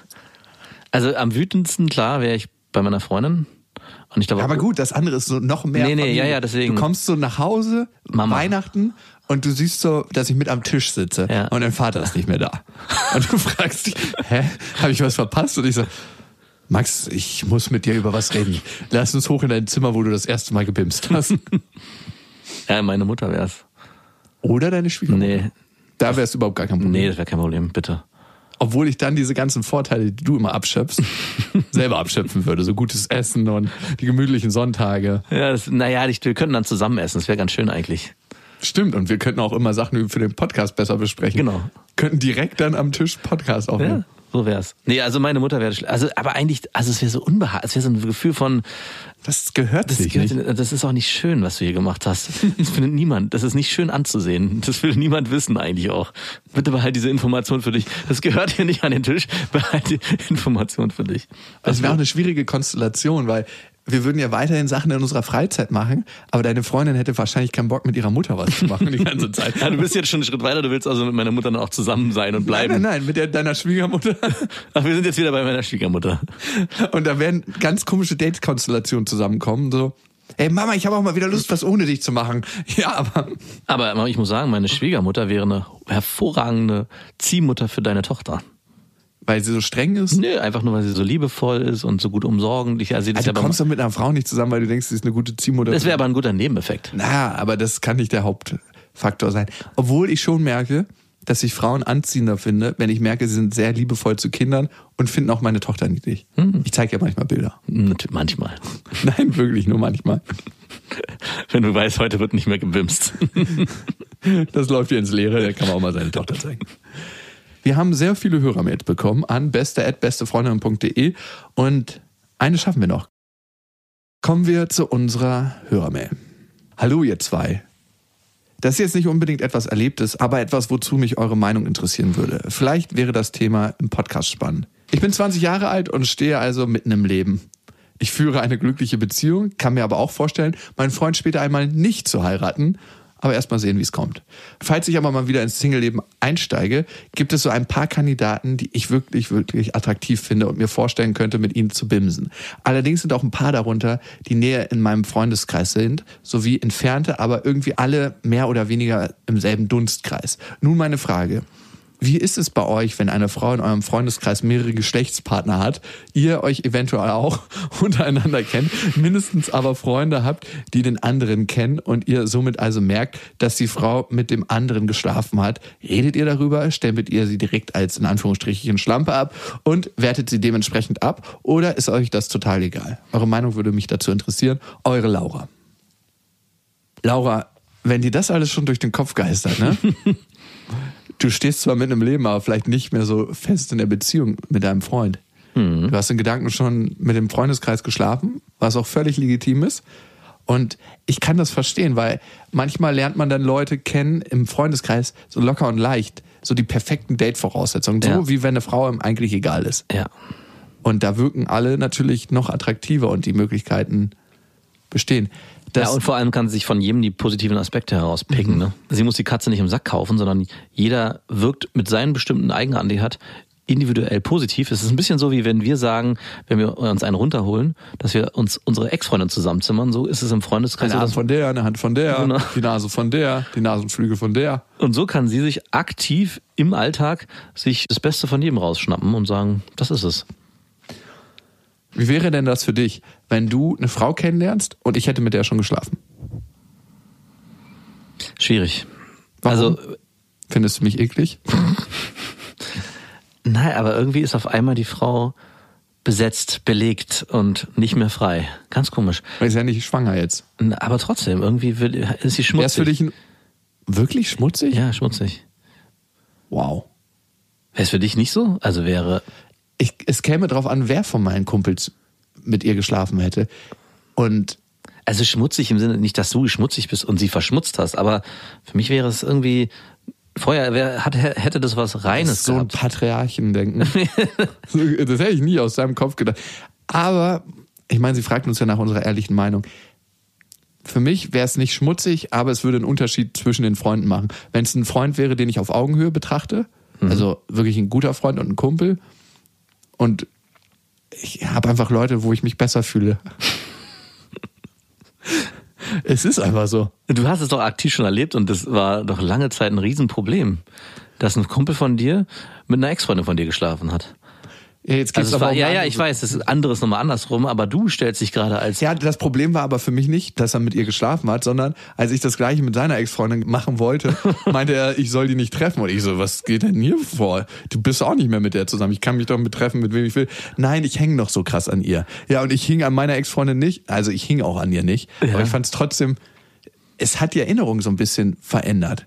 Also am wütendsten, klar, wäre ich bei meiner Freundin. Und ich glaube, Aber gut, das andere ist so noch mehr. Nee, nee, Familie. ja, ja, deswegen. Du kommst so nach Hause, Mama. Weihnachten, und du siehst so, dass ich mit am Tisch sitze. Ja. Und dein Vater ist nicht mehr da. Und du fragst dich, hä, habe ich was verpasst? Und ich so, Max, ich muss mit dir über was reden. Lass uns hoch in dein Zimmer, wo du das erste Mal gebimst hast. ja, Äh, meine Mutter wär's. Oder deine Schwiegermutter. Nee, Da wärst du überhaupt gar kein Problem. nee, das wäre kein Problem, bitte. Obwohl ich dann diese ganzen Vorteile, die du immer abschöpfst, selber abschöpfen würde. So gutes Essen und die gemütlichen Sonntage. Ja, das, naja, ich, wir könnten dann zusammen essen, das wäre ganz schön eigentlich. Stimmt, und wir könnten auch immer Sachen für den Podcast besser besprechen. Genau. Könnten direkt dann am Tisch Podcast aufnehmen. Ja, so wär's. Nee, also meine Mutter wäre schli- also aber eigentlich also es wäre so unbehaglich, es wäre so ein Gefühl von Das gehört das, sich gehört, nicht. in- das ist auch nicht schön, was du hier gemacht hast. Das findet niemand, das ist nicht schön anzusehen. Das will niemand wissen eigentlich auch. Bitte behalt diese Information für dich. Das gehört hier nicht an den Tisch. Behalt die Information für dich. Also Das wäre auch eine schwierige Konstellation, weil wir würden ja weiterhin Sachen in unserer Freizeit machen, aber deine Freundin hätte wahrscheinlich keinen Bock, mit ihrer Mutter was zu machen die ganze Zeit. Ja, du bist jetzt schon einen Schritt weiter, du willst also mit meiner Mutter dann auch zusammen sein und Nein, bleiben. nein, nein, mit der, deiner Schwiegermutter. Ach, wir sind jetzt wieder bei meiner Schwiegermutter. Und da werden ganz komische Date-Konstellationen zusammenkommen. So, ey Mama, ich habe auch mal wieder Lust, was ohne dich zu machen. Ja, aber Aber ich muss sagen, meine Schwiegermutter wäre eine hervorragende Ziehmutter für deine Tochter. weil sie so streng ist. Nö, einfach nur, weil sie so liebevoll ist und so gut umsorgend. Ich, also sie das Also ja du beim- kommst doch mit einer Frau nicht zusammen, weil du denkst, sie ist eine gute Ziehmutter. das wäre aber ein guter Nebeneffekt. Na, aber das kann nicht der Hauptfaktor sein. Obwohl ich schon merke, dass ich Frauen anziehender finde, wenn ich merke, sie sind sehr liebevoll zu Kindern und finden auch meine Tochter niedlich. Hm. Ich zeige ja manchmal Bilder. Natürlich, Manchmal. Nein, wirklich, nur manchmal. Wenn du weißt, heute wird nicht mehr gebimst. Das läuft hier ins Leere, da kann man auch mal seine Tochter zeigen. Wir haben sehr viele Hörermails bekommen an beste.bestefreundin.de und eine schaffen wir noch. Kommen wir zu unserer Hörermail. Hallo ihr zwei. Das ist jetzt nicht unbedingt etwas Erlebtes, aber etwas, wozu mich eure Meinung interessieren würde. Vielleicht wäre das Thema im Podcast spannend. Ich bin 20 Jahre alt und stehe also mitten im Leben. Ich führe eine glückliche Beziehung, kann mir aber auch vorstellen, meinen Freund später einmal nicht zu heiraten, aber erst mal sehen, wie es kommt. Falls ich aber mal wieder ins Single-Leben einsteige, gibt es so ein paar Kandidaten, die ich wirklich, wirklich attraktiv finde und mir vorstellen könnte, mit ihnen zu bimsen. Allerdings sind auch ein paar darunter, die näher in meinem Freundeskreis sind, sowie entfernte, aber irgendwie alle mehr oder weniger im selben Dunstkreis. Nun meine Frage. Wie ist es bei euch, wenn eine Frau in eurem Freundeskreis mehrere Geschlechtspartner hat, ihr euch eventuell auch untereinander kennt, mindestens aber Freunde habt, die den anderen kennen und ihr somit also merkt, dass die Frau mit dem anderen geschlafen hat? Redet ihr darüber, stempelt ihr sie direkt als in Anführungsstrichen Schlampe ab und wertet sie dementsprechend ab oder ist euch das total egal? Eure Meinung würde mich dazu interessieren. Eure Laura. Laura, wenn dir das alles schon durch den Kopf geistert, ne? du stehst zwar mit einem Leben, aber vielleicht nicht mehr so fest in der Beziehung mit deinem Freund. Mhm. Du hast in Gedanken schon mit dem Freundeskreis geschlafen, was auch völlig legitim ist. Und ich kann das verstehen, weil manchmal lernt man dann Leute kennen im Freundeskreis so locker und leicht, so die perfekten Date-Voraussetzungen, so Ja. wie wenn eine Frau ihm eigentlich egal ist. Ja. Und da wirken alle natürlich noch attraktiver und die Möglichkeiten bestehen. Das, ja, und vor allem kann sie sich von jedem die positiven Aspekte herauspicken. Ne? Sie muss die Katze nicht im Sack kaufen, sondern jeder wirkt mit seinen bestimmten Eigenarten, die er hat, individuell positiv. Es ist ein bisschen so, wie wenn wir sagen, wenn wir uns einen runterholen, dass wir uns unsere Ex-Freundin zusammenzimmern. So ist es im eine Freundeskreis. so, Arm dass- von der, eine Hand von der, Also Genau. die Nase von der, die Nasenflügel von der. Und so kann sie sich aktiv im Alltag sich das Beste von jedem rausschnappen und sagen, das ist es. Wie wäre denn das für dich, wenn du eine Frau kennenlernst und ich hätte mit der schon geschlafen? Schwierig. Warum? Also, Findest du mich eklig? nein, aber irgendwie ist auf einmal die Frau besetzt, belegt und nicht mehr frei. Ganz komisch. Ist ja nicht schwanger jetzt. Na, Aber trotzdem, irgendwie will, ist sie schmutzig. Wäre es für dich ein, wirklich schmutzig? Ja, schmutzig. Wow. Wäre es für dich nicht so? Also wäre, Ich, es käme drauf an, wer von meinen Kumpels mit ihr geschlafen hätte. Und also schmutzig im Sinne, nicht, dass du schmutzig bist und sie verschmutzt hast, aber für mich wäre es irgendwie, vorher wär, hat, hätte das was Reines so ein gehabt. Patriarchendenken. So, das hätte ich nie aus seinem Kopf gedacht. Aber, ich meine, sie fragten uns ja nach unserer ehrlichen Meinung. Für mich wäre es nicht schmutzig, aber es würde einen Unterschied zwischen den Freunden machen. Wenn es ein Freund wäre, den ich auf Augenhöhe betrachte, Mhm. also wirklich ein guter Freund und ein Kumpel, und ich habe einfach Leute, wo ich mich besser fühle. es ist einfach so. Du hast es doch aktiv schon erlebt und das war doch lange Zeit ein Riesenproblem, dass ein Kumpel von dir mit einer Ex-Freundin von dir geschlafen hat. Ja, Jetzt geht's Also es aber war, um ja, eine ja, andere ich weiß, das ist anderes nochmal andersrum, aber du stellst dich gerade als Ja, das Problem war aber für mich nicht, dass er mit ihr geschlafen hat, sondern als ich das gleiche mit seiner Ex-Freundin machen wollte, meinte er, ich soll die nicht treffen. Und ich so, was geht denn hier vor? Du bist auch nicht mehr mit der zusammen. Ich kann mich doch mit treffen, mit wem ich will. Nein, ich hänge noch so krass an ihr. Ja, und ich hing an meiner Ex-Freundin nicht. Also ich hing auch an ihr nicht. Aber ich fand es trotzdem, es hat die Erinnerung so ein bisschen verändert.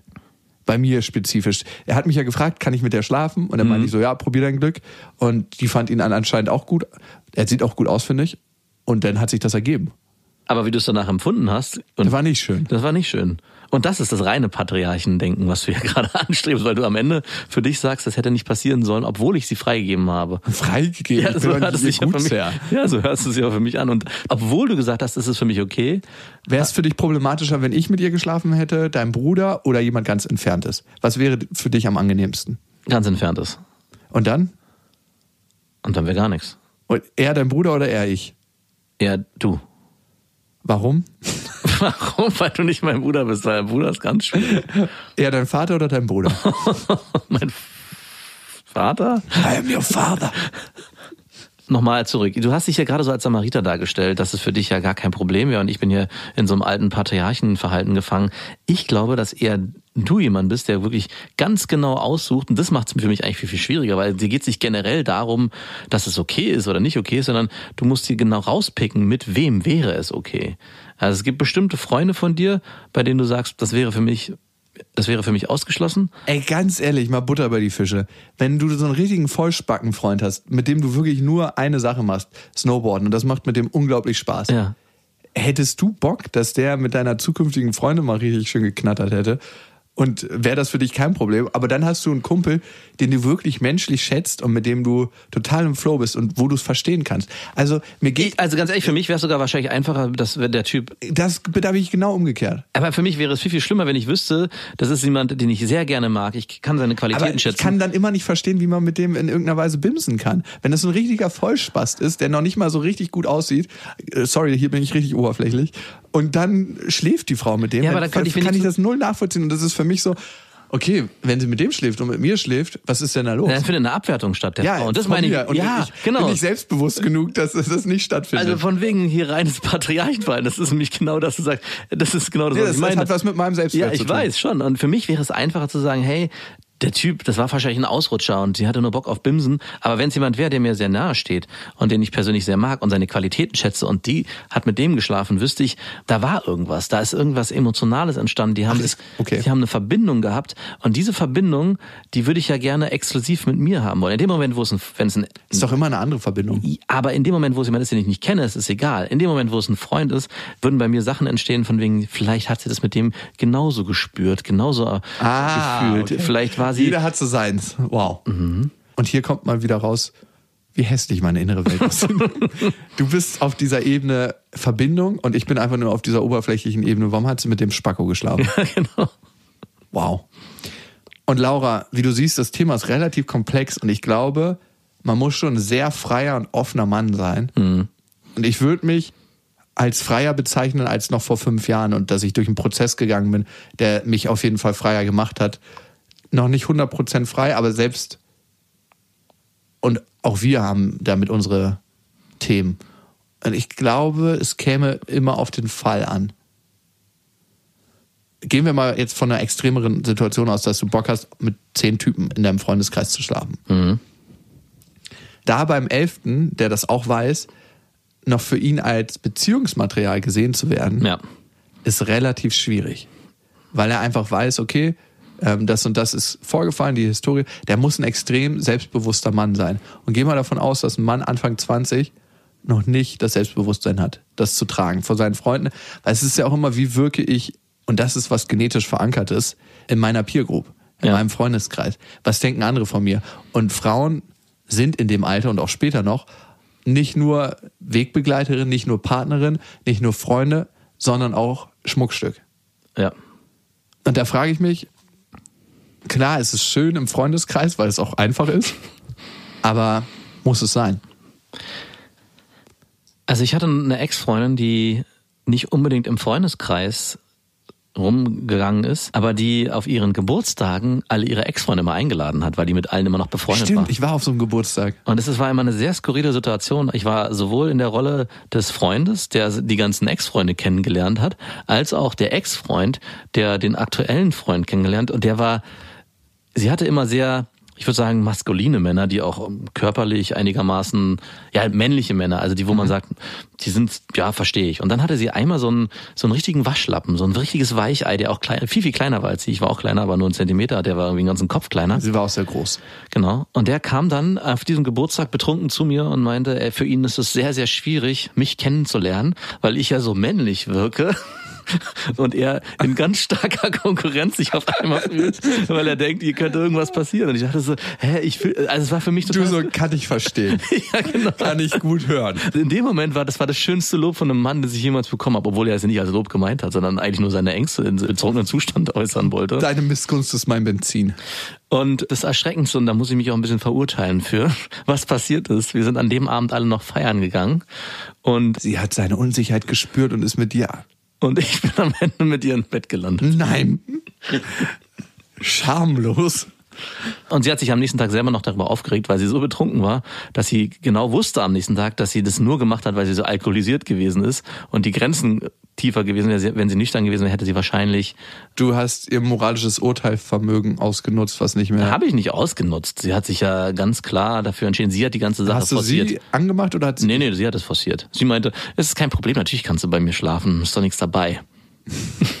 Bei mir spezifisch. Er hat mich ja gefragt, kann ich mit der schlafen? Und dann meinte ich so, ja, probier dein Glück. Und die fand ihn an- anscheinend auch gut. Er sieht auch gut aus, finde ich. Und dann hat sich das ergeben. Aber wie du es danach empfunden hast, und Das war nicht schön. das war nicht schön. Und das ist das reine Patriarchendenken, was du ja gerade anstrebst, weil du am Ende für dich sagst, das hätte nicht passieren sollen, obwohl ich sie freigegeben habe. Freigegeben. ich bin doch hört es nicht sich ja, für mich, Gutsherr. ja, so hörst du es ja für mich an. Und obwohl du gesagt hast, es ist für mich okay, Wäre es für dich problematischer, wenn ich mit ihr geschlafen hätte, dein Bruder oder jemand ganz entferntes? Was wäre für dich am angenehmsten? ganz entfernt ist. Und dann? Und dann wäre gar nichts. Und er dein Bruder oder er ich? Ja, du. Warum? Warum? Weil du nicht mein Bruder bist. Weil Mein Bruder ist ganz schwierig. Er dein Vater oder dein Bruder? mein Vater? I am your father. Nochmal zurück. Du hast dich ja gerade so als Samariter dargestellt, dass es für dich ja gar kein Problem wäre und ich bin hier in so einem alten Patriarchenverhalten gefangen. Ich glaube, dass eher du jemand bist, der wirklich ganz genau aussucht und das macht es für mich eigentlich viel, viel schwieriger, weil dir geht es nicht generell darum, dass es okay ist oder nicht okay ist, sondern du musst dir genau rauspicken, mit wem wäre es okay. Also es gibt bestimmte Freunde von dir, bei denen du sagst, das wäre für mich, das wäre für mich ausgeschlossen. Ey, ganz ehrlich, mal Butter bei die Fische. Wenn du so einen richtigen Vollspackenfreund hast, mit dem du wirklich nur eine Sache machst, Snowboarden, und das macht mit dem unglaublich Spaß. Ja. Hättest du Bock, dass der mit deiner zukünftigen Freundin mal richtig schön geknattert hätte? Und wäre das für dich kein Problem? Aber dann hast du einen Kumpel, den du wirklich menschlich schätzt und mit dem du total im Flow bist und wo du es verstehen kannst. Also mir geht Ich, also ganz ehrlich, für mich wäre es sogar wahrscheinlich einfacher, dass der Typ das, da bin ich genau umgekehrt. Aber für mich wäre es viel, viel schlimmer, wenn ich wüsste, das ist jemand, den ich sehr gerne mag. Ich kann seine Qualitäten Aber ich schätzen. kann dann immer nicht verstehen, wie man mit dem in irgendeiner Weise bimsen kann. Wenn das so ein richtiger Vollspast ist, der noch nicht mal so richtig gut aussieht, äh, sorry, hier bin ich richtig oberflächlich, und dann schläft die Frau mit dem, Ja, aber dann dann könnte ich kann ich wenigstens- das null nachvollziehen. Und das ist für mich so, okay, wenn sie mit dem schläft und mit mir schläft, was ist denn da los? Dann findet eine Abwertung statt. Der Frau. Und das von meine ich. mir. Und ja, ich genau. bin ich selbstbewusst genug, dass dass das nicht stattfindet. also von wegen hier reines Patriarchenverhalten. Das ist nämlich genau das, du sagst. Das ist genau das, Nee, was das- ich das meine. hat was mit meinem Selbstwert Ja, ich zu tun. weiß schon. Und für mich wäre es einfacher zu sagen, hey, der Typ, das war wahrscheinlich ein Ausrutscher und sie hatte nur Bock auf Bimsen. Aber wenn es jemand wäre, der mir sehr nahe steht und den ich persönlich sehr mag und seine Qualitäten schätze und die hat mit dem geschlafen, wüsste ich, da war irgendwas, da ist irgendwas Emotionales entstanden. Die haben, Ach, das- okay. die haben eine Verbindung gehabt und diese Verbindung, die würde ich ja gerne exklusiv mit mir haben wollen. In dem Moment, wo es ein, wenn es ein ist doch immer eine andere Verbindung. aber in dem Moment, wo es jemand ist, den ich nicht kenne, ist es egal. In dem Moment, wo es ein Freund ist, würden bei mir Sachen entstehen, von wegen, vielleicht hat sie das mit dem genauso gespürt, genauso gefühlt. Ah, okay. Vielleicht war sie. Jeder hat so seins. Wow. Und hier kommt mal wieder raus, wie hässlich meine innere Welt aussieht. du bist auf dieser Ebene Verbindung und ich bin einfach nur auf dieser oberflächlichen Ebene. Warum hat sie mit dem Spacko geschlafen? genau. Wow. Und Laura, wie du siehst, das Thema ist relativ komplex und ich glaube, man muss schon ein sehr freier und offener Mann sein. Mhm. Und ich würde mich als freier bezeichnen als noch vor fünf Jahren und dass ich durch einen Prozess gegangen bin, der mich auf jeden Fall freier gemacht hat. Noch nicht 100% frei, aber selbst und auch wir haben damit unsere Themen. Und ich glaube, es käme immer auf den Fall an gehen wir mal jetzt von einer extremeren Situation aus, dass du Bock hast, mit zehn Typen in deinem Freundeskreis zu schlafen. da beim Elften, der das auch weiß, noch für ihn als Beziehungsmaterial gesehen zu werden, Ja. ist relativ schwierig. Weil er einfach weiß, okay, ähm, das und das ist vorgefallen, die Historie. Der muss ein extrem selbstbewusster Mann sein. Und geh mal davon aus, dass ein Mann Anfang 20 noch nicht das Selbstbewusstsein hat, das zu tragen vor seinen Freunden. Weil es ist ja auch immer, wie wirke ich, und das ist was genetisch verankert ist, in meiner Peer Group, in Ja. meinem Freundeskreis. Was denken andere von mir? Und Frauen sind in dem Alter und auch später noch nicht nur Wegbegleiterin, nicht nur Partnerin, nicht nur Freunde, sondern auch Schmuckstück. Ja. Und da frage ich mich, klar, es ist schön im Freundeskreis, weil es auch einfach ist, aber muss es sein? Also ich hatte eine Ex-Freundin, die nicht unbedingt im Freundeskreis rumgegangen ist, aber die auf ihren Geburtstagen alle ihre Ex-Freunde immer eingeladen hat, weil die mit allen immer noch befreundet war. Stimmt, ich war auf so einem Geburtstag. Und es ist- war immer eine sehr skurrile Situation. Ich war sowohl in der Rolle des Freundes, der die ganzen Ex-Freunde kennengelernt hat, als auch der Ex-Freund, der den aktuellen Freund kennengelernt. Und der war, sie hatte immer sehr, ich würde sagen, maskuline Männer, die auch ähm, körperlich einigermaßen, ja, männliche Männer, also die, wo man sagt, die sind, ja, verstehe ich. Und dann hatte sie einmal so einen, so einen richtigen Waschlappen, so ein richtiges Weichei, der auch klein, viel, viel kleiner war als sie. Ich war auch kleiner, aber nur einen Zentimeter, der war irgendwie einen ganzen Kopf kleiner. Sie war auch sehr groß. Genau. Und der kam dann auf diesem Geburtstag betrunken zu mir und meinte, ey, für ihn ist es sehr, sehr schwierig, mich kennenzulernen, weil ich ja so männlich wirke. Und er in ganz starker Konkurrenz sich auf einmal fühlt, weil er denkt, hier könnte irgendwas passieren. Und ich dachte so, hä, ich fühl, also es war für mich Du, total. so kann ich verstehen. ja, genau. Kann ich gut hören. In dem Moment war das war das schönste Lob von einem Mann, das ich jemals bekommen habe, obwohl er es nicht als Lob gemeint hat, sondern eigentlich nur seine Ängste in betrunkenem Zustand äußern wollte. Deine Missgunst ist mein Benzin. Und das Erschreckendste, und da muss ich mich auch ein bisschen verurteilen für, was passiert ist. Wir sind an dem Abend alle noch feiern gegangen. Und, Sie hat seine Unsicherheit gespürt und ist mit dir. und ich bin am Ende mit ihr im Bett gelandet. Nein. Schamlos. Und sie hat sich am nächsten Tag selber noch darüber aufgeregt, weil sie so betrunken war, dass sie genau wusste am nächsten Tag, dass sie das nur gemacht hat, weil sie so alkoholisiert gewesen ist und die Grenzen tiefer gewesen wäre. Wenn sie nüchtern gewesen wäre, hätte sie wahrscheinlich, Du hast ihr moralisches Urteilvermögen ausgenutzt, was nicht mehr. äh, habe ich nicht ausgenutzt. Sie hat sich ja ganz klar dafür entschieden. Sie hat die ganze Sache Hast du forciert. sie angemacht oder hat sie. Nee, nee, sie hat es forciert. Sie meinte, es ist kein Problem, natürlich kannst du bei mir schlafen, ist doch nichts dabei.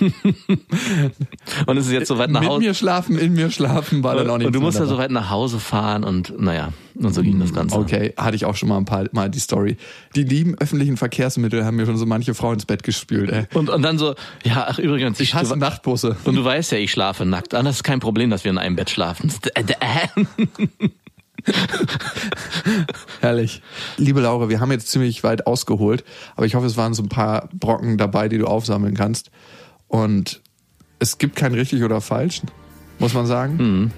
und es ist jetzt so weit nach Mit Hause. mir schlafen, in mir schlafen war dann auch nicht Und du musst ja wunderbar. so weit nach Hause fahren und naja, und so ging das Ganze. Okay, hatte ich auch schon mal ein paar Mal die Story. Die lieben öffentlichen Verkehrsmittel haben mir schon so manche Frau ins Bett gespült, ey. Und, und dann so, ja, ach übrigens, ich Ich hasse du, Nachtbusse. und du weißt ja, ich schlafe nackt. Ah, das ist kein Problem, dass wir in einem Bett schlafen. Herrlich. Liebe Laura, wir haben jetzt ziemlich weit ausgeholt, aber ich hoffe, es waren so ein paar Brocken dabei, die du aufsammeln kannst. Und es gibt kein richtig oder falsch, muss man sagen. Mhm.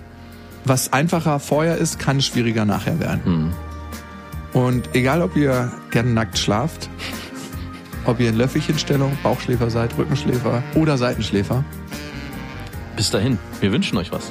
Was einfacher vorher ist, kann schwieriger nachher Mhm. werden. Und egal, ob ihr gerne nackt schlaft, ob ihr in Löffelchenstellung, Bauchschläfer seid, Rückenschläfer oder Seitenschläfer, Bis dahin, wir wünschen euch was.